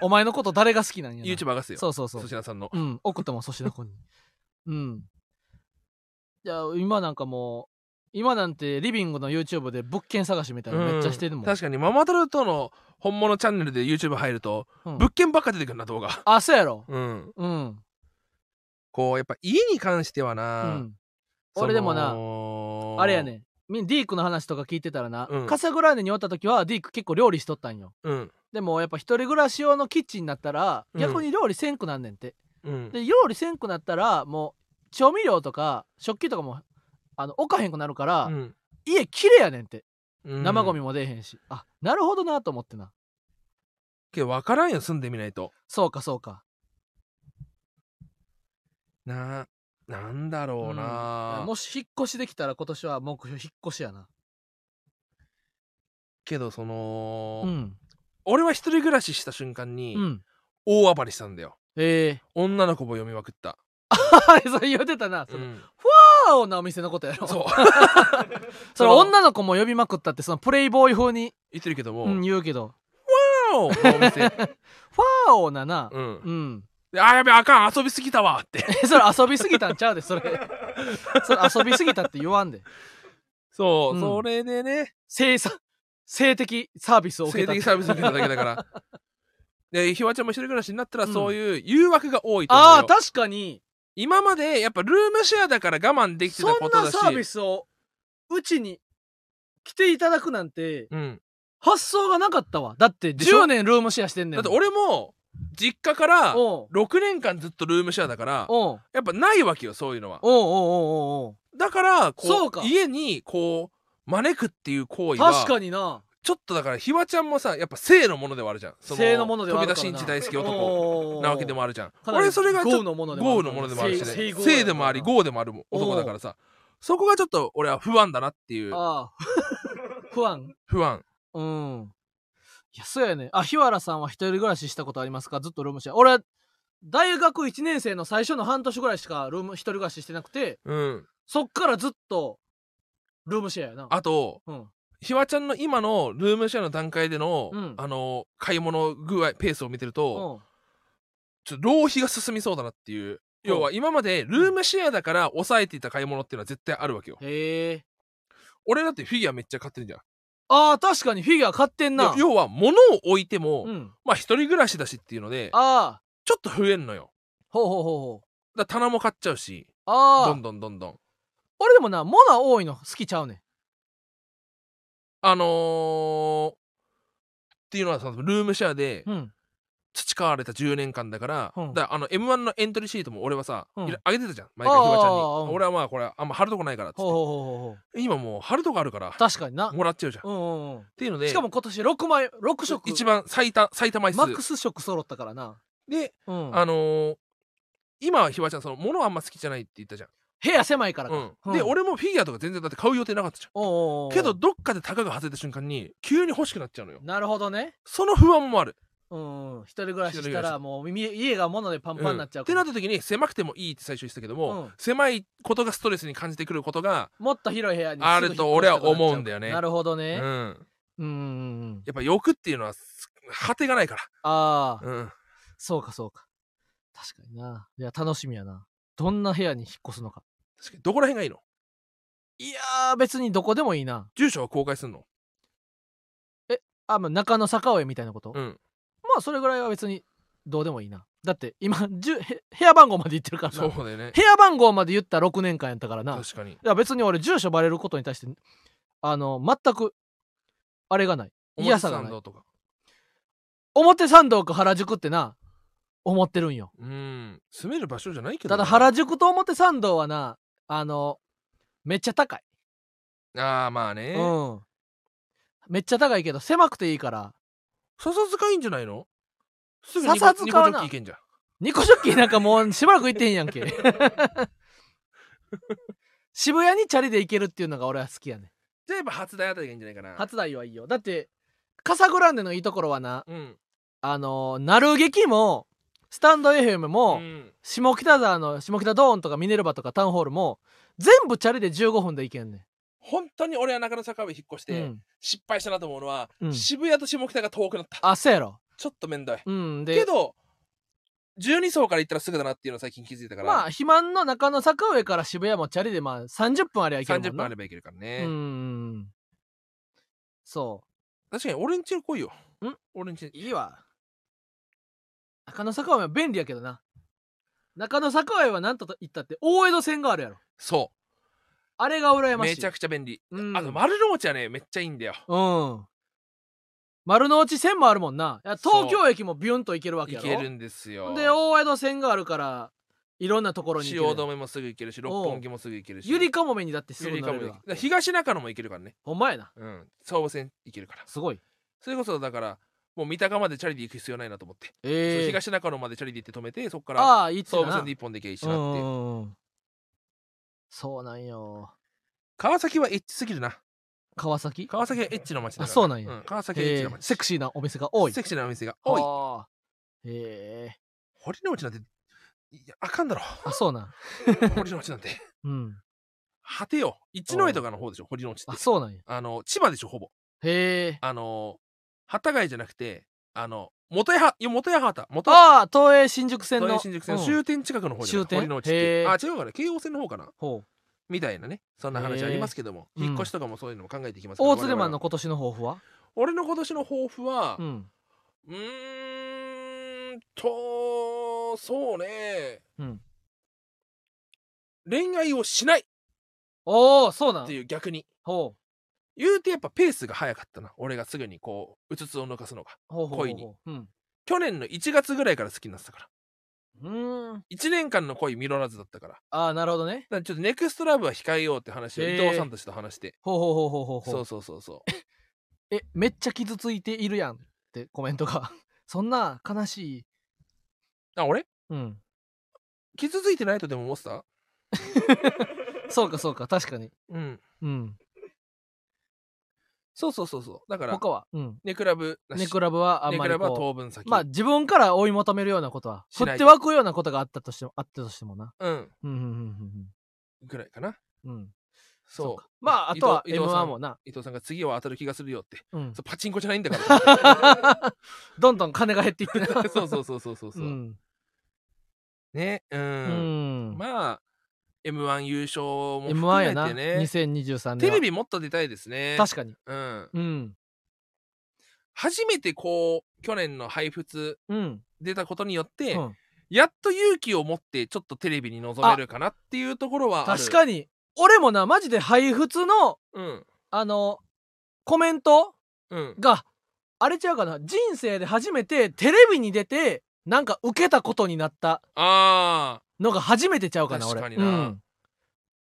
お前のこと誰が好きなんやな YouTuber がすよそうそうそう粗品さんのうん送ったもん粗品君にうんいや今なんかもう今なんてリビングの YouTube で物件探しみたいなのめっちゃしてるもん、う確かにママタルトの本物チャンネルで YouTube 入ると、うん物件ばっか出てくるな動画あそうやろうんうんこうやっぱ家に関してはうな、ん俺でもななあれやねみディークの話とか聞いてたらな、うんカサグラーネにおった時はディーク結構料理しとったんようんでもやっぱ一人暮らし用のキッチンになったらうん逆に料理せんくなんねんて、うんで料理せんくなったらもう調味料とか食器とかもあの置かへんくなるから、うん家きれやねんてうん生ゴミも出えへんし、あなるほどなと思ってなけど分からんよ住んでみないとそうかそうかななんだろうな、もし引っ越しできたら今年は目標引っ越しやなけどその、うん俺は一人暮らしした瞬間にうん大暴れしたんだよええ女の子も読みまくった、ー、 それ言うてたなその、うんパーオンなお店のことやろ そうそれの女の子も呼びまくったってそのプレイボーイ風に、言ってるけども、うん、ワ言うけどオの お店、パーオンななうんうんであやべあかん遊びすぎたわって えそれ遊びすぎたんちゃうでそれそれ遊びすぎたって言わんでそう、うんそれでね性さ性的サービスを受け性たって的サービス受けただけだから でひわちゃんも一人暮らしになったらうんそういう誘惑が多いと思うよ、ああ確かに今までやっぱルームシェアだから我慢できてたそこんとなだしサービスをうちに来ていただくなんてうん、発想がなかったわだってでしょ10年ルームシェアしてんねだんって俺も実家からおう6年間ずっとルームシェアだからおうやっぱないわけよそういうのはおうおうおうおうだからこうそうか家にこう招くっていう行為は確かになちょっとだからひわちゃんもさやっぱ性のものではあるじゃんそ性のものではあるからな富田真一大好き男男なわけでもああるじゃん俺それがちょっと豪雨のものでもあ豪る雨のものでもあるしね性性でもあり豪雨でもあるもおう男だからさそこがちょっと俺は不安だなっていう。ああ。 不安。不安。うん。いや、そうやね。あ、日原さんは一人暮らししたことありますかずっとルームシェア。俺、大学1年生の最初の半年ぐらいしかルーム、一人暮らししてなくて、うん。そっからずっと、ルームシェアやな。あと、うん。ひわちゃんの今のルームシェアの段階での、うんあの、買い物具合、ペースを見てると、うん。ちょっと浪費が進みそうだなっていう。要は今までルームシェアだから抑えていた買い物っていうのは絶対あるわけよ。へえ。俺だってフィギュアめっちゃ買ってるじゃん。ああ、確かにフィギュア買ってんな。要は物を置いても、うん。まあ一人暮らしだしっていうので、ああ。ちょっと増えんのよ。ほうほうほうほう。だから棚も買っちゃうし、あどあん。どんどんどん。俺でもな、モナ多いの好きちゃうねん。あのー、っていうのはそのルームシェアでうん。培われた10年間だから、うんだからあの M1 のエントリーシートも俺はさ、うんいらあげてたじゃん。毎回ひわちゃんにああああ。俺はまあこれあんま貼るとこないからっつってほうほうほうほうほう。今もう貼るとこあるから、確かにな。もらっちゃうじゃん。っうんうんうん。ていうので、しかも今年6枚、6色。一番最多、最多枚数マ。ックス色揃ったからな。で、うん。あのー、今ひわちゃんその物あんま好きじゃないって言ったじゃん。部屋狭いからか。うん、で、うん俺もフィギュアとか全然だって買う予定なかったじゃん。おうおうおうけどどっかでタガが外れた瞬間に急に欲しくなっちゃうのよなるほどね。その不安もあるうんうん。一人暮らしし一た人暮ららしもう家家が物でパンパンになっちゃうてかなら。った時に狭くてもいいって最初言ってたけども、うん狭いことがストレスに感じてくることが、もっと広い部屋にあると俺は思うんだよねなるほどうね。ん、うん。うんうん、やっぱ欲っていうのはす果てがないかああ、ら、うん、そうかそうか。確かにな。いや、楽しみやな。どんな部屋に引っ越すのか。確かにどこら辺がいいのいやー、別にどこでもいいな。住所は公開するのあ、まあ、中野坂上みたいなこと、うんまあ、それぐらいは別にどうでもいいな。だって今、じゅへ部屋番号まで言ってるからな。そうだよね部屋番号まで言った6年間やったからな。確かにいや別に俺住所バレることに対してあの全くあれがない嫌さがない表参道とか表参道か原宿ってな思ってるんようん住める場所じゃないけどたなだ原宿と表参道はなあのめっちゃ高い、ああまあね、うんめっちゃ高いけど狭くていいから笹塚いいんじゃないのすぐ笹塚はなニコニコジョッキー行けんじゃんニコジョッキーなんかもうしばらく行ってへんやん け渋谷にチャリで行けるっていうのが俺は好きやねじゃあやっぱ初台あたりがいいんじゃないかな初台はいいよだってカサグランデのいいところはなうん、あのなる劇もスタンド FM うも、ん、下北沢の下北ドーンとかミネルヴァとかタウンホールも全部チャリで15分で行けんね本当に俺は中野坂上引っ越しん、うてん、失敗したなと思うのは、うん渋谷と下北が遠くなったあそうやろちょっと面倒いうんでけど12層から行ったらすぐだなっていうのを最近気づいたから、まあ肥満の中野坂上から渋谷もチャリでまあ30分ありゃ行けるも30ん分なあれば行けるからね、うんうんうんそ確かに俺んち来いよん俺んちういいわ中野坂上は便利やけどな中野坂上はなんと言ったって大江戸線があるやろそあれが羨うましいめちゃくちゃ便利、うんあと丸の内はねめっちゃいいんだようん丸の内線もあるもんないや東京駅もビュンと行けるわけ行やろけるんですよで大江戸線があるからいろんなところに汐行ける留もすぐ行けるし六本木もすぐ行けるしゆりかもめにだってすゆぐり乗かれもる行わける東中野も行けるからねほんまやなうん総武線行けるからすごいそれこそだからもう三鷹までチャリで行く必要ないなと思ってそうええ東中野までチャリで行って止めてそこからああいいって総た武な線で一本で行け一緒うになってんうんうんそうなんよ川崎はエッチすぎるな川崎川崎はエッチの街だからあそうなんや川崎はエッチえのー街セクシーなお店が多いセクシーなお店が多いあーええ堀之内なんていやあかんだろ あそうなん堀之内なんてうん果てよ一ノ江とかの方でしょ堀之内あってそうなんやあの千葉でしょほぼへえあの幡ヶ谷じゃなくてあの元谷は元谷畑元谷ああ東映新宿線都の営新宿線うのん終点近くの方じゃない終点堀之内っへてーあ違うから京王線の方かなほうみたいなねそんな話ありますけども、へー引っ越しとかもそういうのも考えていきますけど大鶴マンの我々は今年の抱負は俺の今年の抱負はうんうーんとそうねうん恋愛をしないおおそうなってんいう逆にほう言うてやっぱペースが早かったな俺がすぐにこううつつを抜かすのがほうほうほうほう恋にうん去年の1月ぐらいから好きになってたからうーん1年間の恋実らずだったからだかああなるほどねらちょっとネクストラブは控えようって話をへ伊ー藤さんたちと話して、ほうほうほうほうほうほうそうそうそうそうえめっちゃ傷ついているやんってコメントが そんな悲しいあ俺うん傷ついてないとでも思ってたそうかそうか確かにうんうんそうそうそうそうだから他はうんネクラブなしネクラブはあんネまクりラブはこ当分先うまあ自分から追い求めるようなことはし振ないって湧くようなことがあったとしてもあったとしてもなうんうんうんうんぐらいかなうんうんそうかまああとは伊藤伊藤さ M1 んもな伊藤さんが次は当たる気がするよってうんそうパチンコじゃないんだからどんどん金が減っていってな そうそうそうそうそうそううんねううんんまあ M1 優勝も M1 やな含めてね2023年テレビビもっと出たいですね確かにうんうん初めてこう去年の配布通うん出たことによって、うんやっと勇気を持ってちょっとテレビに臨めるかなっていうところはある確かに、に俺もなマジで配布のうんあのコメントうん、があれちゃうかな人生で初めてテレビに出てなんか受けたことになったあのが初めてちゃうかな確俺かになうん、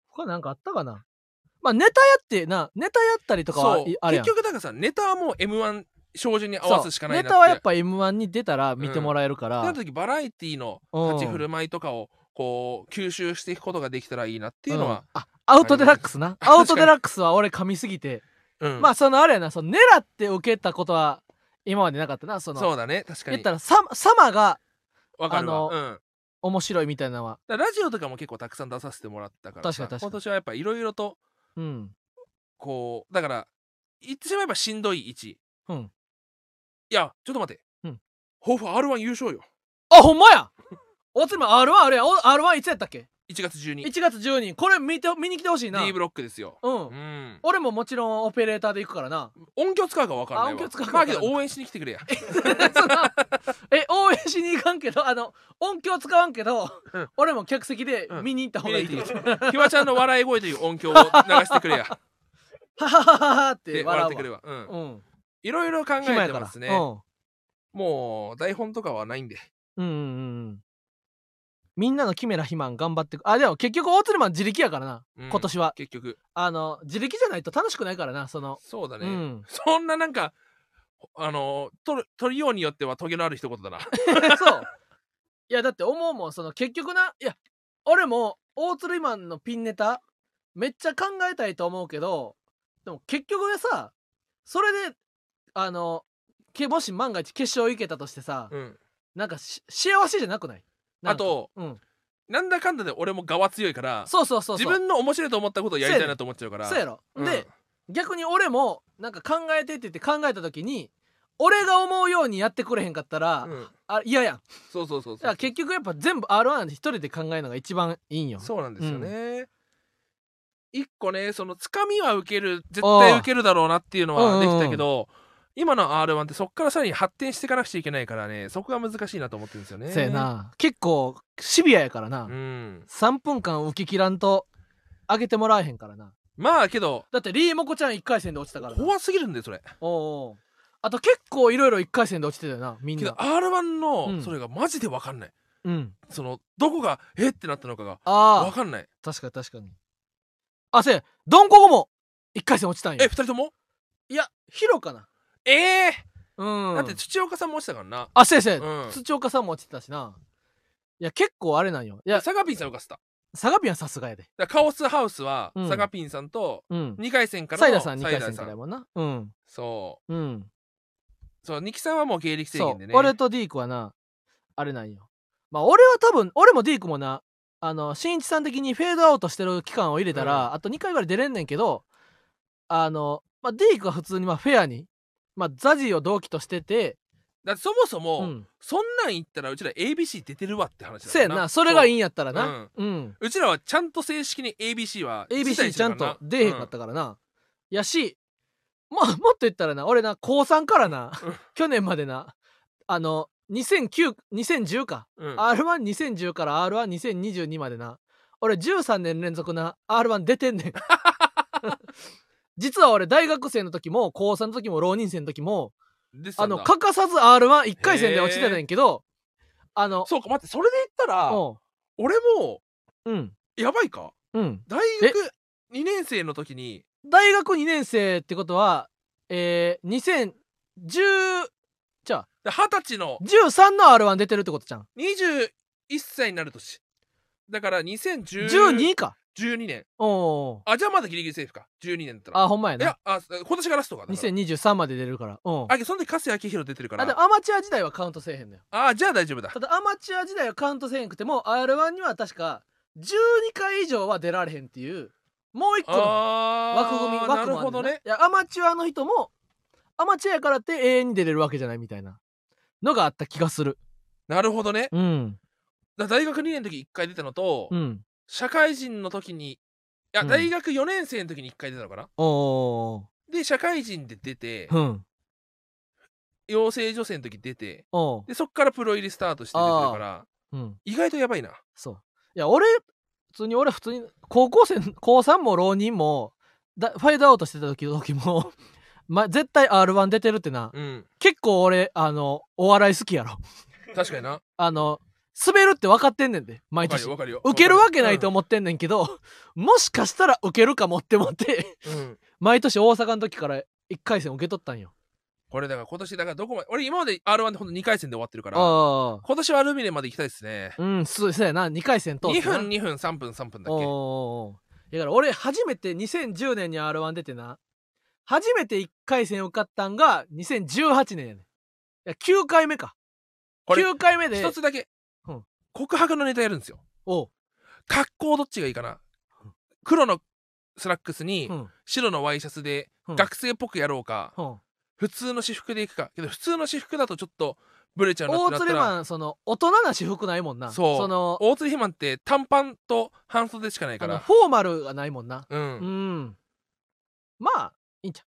他なんかあったかなまあネタやってなネタやったりあとかはそうあれや結ん局だからさネタはもう m 1照準に合わすしかないなそうネタはやっぱ m 1に出たら見てもらえるから、なった時バラエティの立ち振る舞いとかをこう吸収していくことができたらいいなっていうのは、んあアウトデラックスなありますアウトデラックスは俺噛みすぎて、うんまあそのあれやなその狙って受けたことは今までなかったなそのそうだね確か言っにたらササマがわかるわ、あうのん、面白いみたいなのはだからラジオとかも結構たくさん出させてもらったからさ確かに確かに今年はやっぱいろいろとうんこうだから言ってしまえばしんどい位置うんいやちょっと待って、うん、抱負 r 1優勝よあほんまやおつま R1 あれやお R1 いつやったっけ1月12 1月12これ見て見に来てほしいな D ブロックですよ、ううんん、俺ももちろんオペレーターで行くから な音響使うか分からないわあ音響使うかまあ分からなけいど応援しに来てくれやそのえ応援しに行かんけどあの音響使わんけど、うん俺も客席でうん見に行った方がいい、見に行っはひわちゃんの笑い声という音響を流し てくれやっははははってて笑う笑っわてくれはうんうんいろいろ考え暇やてかまらすね、うんもう台本とかはないんでうんうんうんうんみんなのキメラ肥満頑張ってくあでも結局大鶴マン自力やからな、うん今年は結局あの自力じゃないと楽しくないからなその、そうだね、うんそんななんかあの取る取りようによってはトゲのある一言だな そういやだって思うもんその結局ないや俺も大鶴マンのピンネタめっちゃ考えたいと思うけどでも結局でさそれであのけもし万が一決勝行けたとしてさ、うんなんかし幸せじゃなくないなんあかとうん、なんだかんだで俺も側強いからそうそうそうそう自分の面白いと思ったことをやりたいなと思っちゃうからそうやろ、うんで逆に俺もなんか考えてって言って考えた時に俺が思うようにやってくれへんかったら、うんあ嫌やんそうそうそうだかそらう結局やっぱ全部 R1 で一人で考えるのが一番いいんよそうなんですよね、う一個ねそのつかみは受ける絶対受けるだろうなっていうのはできたけど、今の R1 ってそこからさらに発展していかなくちゃいけないからねそこが難しいなと思ってるんですよねせやな結構シビアやからな、うん3分間受け切らんと上げてもらえへんからなまあけどだってリーモコちゃん1回戦で落ちたからな怖すぎるんだよそれおうおうあと結構いろいろ1回戦で落ちてたよなみんけどな R1 うんのそれがマジで分かんない、うんそのどこがえってなったのかが分ああかんない確かに確かにあせやドンコゴも1回戦落ちたんやえ二人ともいやヒロかなええうんだって土岡さんも落ちたからなあせやせや、うん土岡さんも落ちてたしないや結構あれなんよいやサガピンさん受かせたサガピンはさすがやでだからカオスハウスは、うんサガピンさんとうん2回戦からサイのダーさん2回戦からやサイダーさんもんなうんそうんうそう二木さんはもう芸歴制そ限うでね俺とディークはなあれなんよまあ俺は多分俺もディークもなあの新一さん的にフェードアウトしてる期間を入れたら、あと2回ぐらい出れんねんけどあの、まあ、ディークは普通にまあフェアに、まあ、ザジーを同期としててだってそもそも、うんそんなん言ったらうちら ABC 出てるわって話だせやなそれがいいんんやったらなうん、うちらはちゃんと正式に ABC は辞退して ABC るちゃからんなと出えへんかったからな、やしまあもっと 言ったらな俺な高3からな、うん去年までなあの2009 2010かうんうん R12010 から R12022 までな俺13年連続な R1 出てんね ん実は俺大学生の時も高3の時も浪人生の時も出てたあんだの欠かさず R11 回戦で落ちてたんやけどあのそうか待ってそれで言ったら俺もうんうんやばいかうん大学2年生の時に大学2年生ってことはえー、2010じゃあで二十歳の13の R1 出てるってことじゃん21歳になる年だから2010 12か12年おおあじゃあまだギリギリセーフか12年だったらあほんまやいなやあ今年がラストかだから2023まで出るからうんあけどその時加瀬明宏出てるからあでもアマチュア時代はカウントせえへんのよあじゃあ大丈夫だただアマチュア時代はカウントせえへんくても R1 には確か12回以上は出られへんっていうもう一個のあ枠組みー枠もあなるほどんねんなねいやアマチュアの人もアマチュアやからって永遠に出れるわけじゃないみたいなのがあった気がするなるほどねうんだ大学2年の時1回出たのと、うん社会人の時にいやうん大学4年生の時に1回出たのかな、おおで社会人で出てーうん養成所生の時出ておーでそっからプロ入りスタートして出てるからうん意外とやばいなそういや俺普通に俺普通に高校生高3も浪人もだファイドアウトしてた時時も、 ま、絶対 r 1出てるってなうん結構俺あのお笑い好きやろ確かになあの、滑るって分かってんねんで、毎わかる年よ。わかるよ受けるわけないと思思ってんねんけど、もしかしたら受けるかもって思って、うん、うん毎年大阪の時から1回戦受け取ったんよ。これだから今年だからどこまで俺今まで R1 でほんと2回戦で終わってるからああ。今年はルミネまで行きたいですねうん、そうそうやな、2回戦通って2な。分2分3分3分だっおーけおーおーだから俺初めて2010年に R1 出てな、初めて1回戦受かったんが2018年やねん。いや、9回目か。これ9回目で一、つだけ、うん告白のネタやるんですよおう、格好どっちがいいかな黒のスラックスにうん、白のワイシャツでうん学生っぽくやろうか、うん。普通の私服でいくかけど普通の私服だとちょっとブレちゃうなって大なっ鶴たらマン、その、大人な私服ないもんな。そうその、大鶴ひまんって短パンと半袖しかないかあのらフォーマルがないもんな。うん、うん。まあ、いいんちゃ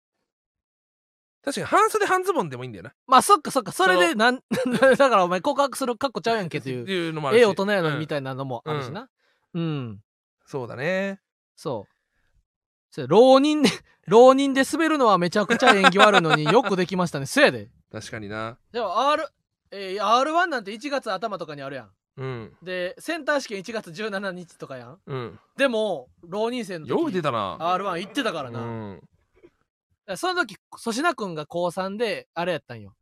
確かに半袖半ズボンでもいいんだよなう。まあ、そっかそっか。それで、なん だからお前告白する格好ちゃうやんけっていっう。ていうのもあるえしえ大人やのうにんみたいなのもあるしな。うん。そうだねそう。それ浪人で、 浪人で滑るのはめちゃくちゃ演技悪いの によくできましたね。せやで。確かになでも R、えー R1 なんて1月頭とかにあるやん。うんで、センター試験1月17日とかやん。うんでも、浪人生の時よく出たな R1 行ってたからうな。んその時粗品君が高3であれやったんよ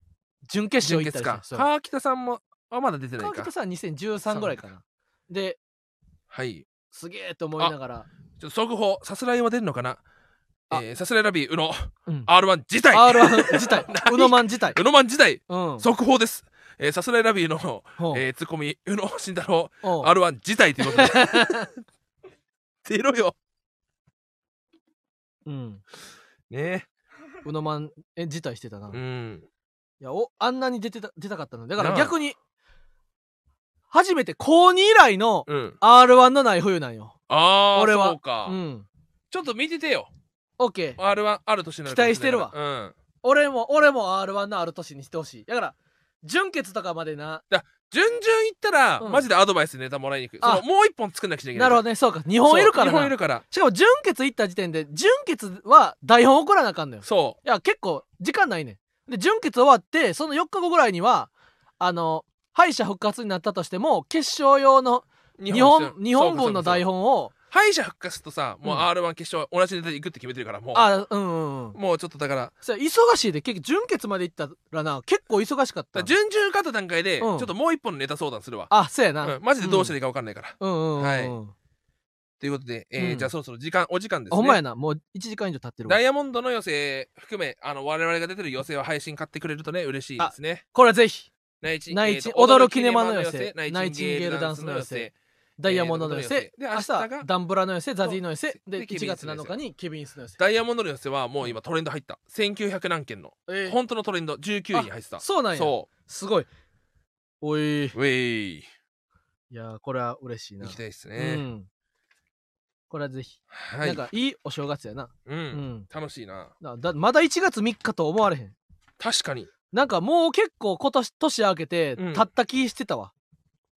準決純勝行った潔りしかたそう川北さんもはまだ出てない川か北さんは2013ぐらいかなではいすげえと思いながらちょっと速報さすらいは出るのかなあえーさすらいラビー宇野、うん R1 自体 r 1自 体何宇野マン自体宇野マン自体うん速報です、えー、さすらいラビーの、ほうえー、ツッコミ宇野慎太郎ほう R1 自体ということで 出ろようんね宇野マンえ自体してたな、ういんやおあんなに出てた出たかったのだからなあ逆に初めて高2以来のうん、 r 1のない冬なんよああ俺はそうか、うんちょっと見ててよ OK R1 ある年になる期待してるわうん俺も俺も r 1のある年にしてほしいだから準決とかまでな順々いったら、うんマジでアドバイスネタもらいに行くそあのもう一本作んなくちゃいけなないるほどねそうか日本いるからなそう日本いるからしかも純潔行った時点で純潔は台本送らなあかんのよそいや結構時間ないねんで純潔終わってその4日後ぐらいにはあの敗者復活になったとしても決勝用のう日本そう日本分の台本を敗者復活とさもううん R1 決勝同じネタで行くって決めてるからもうあうんうんうんもうちょっとだからそれ忙しいで結局純潔まで行ったらな結構忙しかっただから順々勝った段階でちうょんっともう一本のネタ相談するわ、あそうやな、うんマジでどうしたでらいいか分かんないから、うんうんうんうん、はいということで、えーうんじゃあそろそろ時間お時間ですほんまねやなもう1時間以上経ってるわダイヤモンドの予選含めあの我々が出てる予選は配信買ってくれるとね嬉しいですねこれはぜひ内地ナイチン踊るキネマの寄せナイチンゲールダンスの寄せダイヤモンドの寄せ、で明明日日はがダンブラの寄せザジーの寄せででケ1ビン月スの寄せ7日にケビンスの寄せ、ダイヤモンドの寄せはもう今トレンド入った1900何件のえー本当のトレンド19位に入ってたそうなんやそすごいおいうウェイいやーこれは嬉しいな行きたいですうね、んこれはぜひ、はいなんかいいお正月やな、うんうん楽しいななだまだ1月3日と思われへん確かになんかもう結構今年年明けてうんたった気してたわ、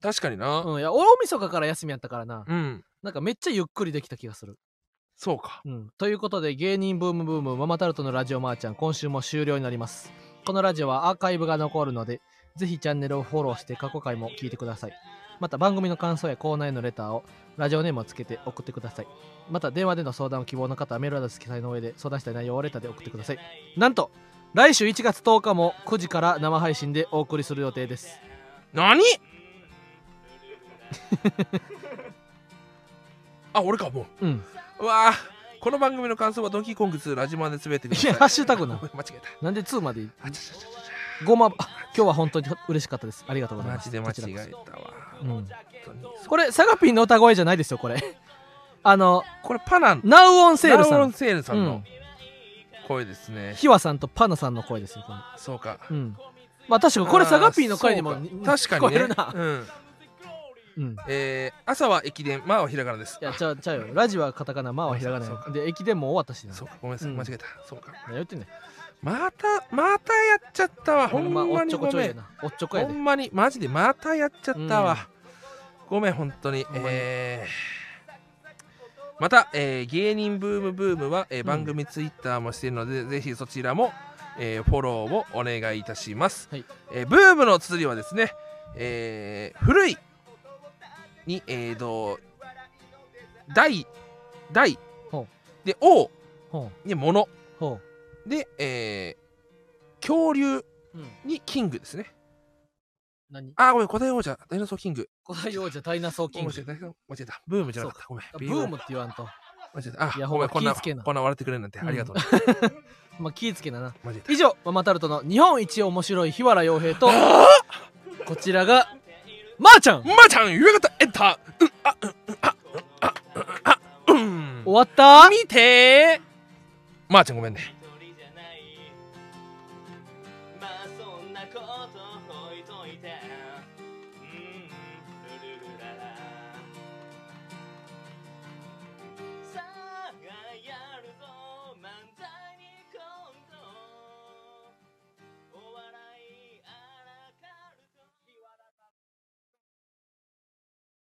確かになうんいや大晦日から休みやったからな、うんなんかめっちゃゆっくりできた気がするそうか。うん、ということで芸人ブームブームママタルトのラジオマーちゃん今週も終了になりますこのラジオはアーカイブが残るのでぜひチャンネルをフォローして過去回も聞いてくださいまた番組の感想やコーナーへのレターをラジオネームをつけて送ってくださいまた電話での相談を希望の方はメールアドレス記載の上で相談したい内容をレターで送ってくださいなんと来週1月10日も9時から生配信でお送りする予定です 何あ俺かもうんううわあこの番組の感想はドンキーコング2ラジマンでつぶやいてくだいさいやハッシュタグなごめん 間違えなんで2までたあちゃちゃちゃちゃちごまあ今日は本当に嬉しかったですありがとうごゃざいマますジで間違こちらこえたわ、そうん本当にこれサガピンの歌声じゃないですよこれ あのこれパナンナウオンセールナウロさンんセールさんうのん声ですね、ヒワさんとパナさんの声ですよこれそうかうんまあ確かこれサガピンの回にもあーそう聞か確かこにえねるな、うんうんえー朝は駅伝まあはひらがなですいやちゃうちゃうよラジはカタカナマはひらがなそうよかそうで駅伝も私だそうかごめんなさい、うん間違えたそうか何言ってんねんまたまたやっちゃったわほんあおまっにちょごこちょめいやんなおっちょこやほでんまにマジでまたやっちゃったわ、ごめん本当にほんまにえーまた、えー芸人ブームブームは、えー番組ツイッターもしているので、ぜひそちらも、えーフォローをお願いいたします、はいえーブームの綴りはですね、えー古いにえーと大大ほで王ほに物うほで、えー恐竜ううんにキングですね何あーごめん答え王者ダイナソーキング古代王者ダイナソーキング間違えた間違えたブームじゃなかったごめんブームって言わんと間違えたあいやごめんほこんんま気ぃなつけなこんな笑ってくれるなんてうんありがとうねまあ気ぃつけなな間違えた以上ママタルトの日本一面白い日原洋平とこちらがまー、ちゃん終まーちゃん夕方エンターうんあうんうんあうんあうんあうんわった見てーまーちゃんごめんね一人じゃないまあそんなこと置いといて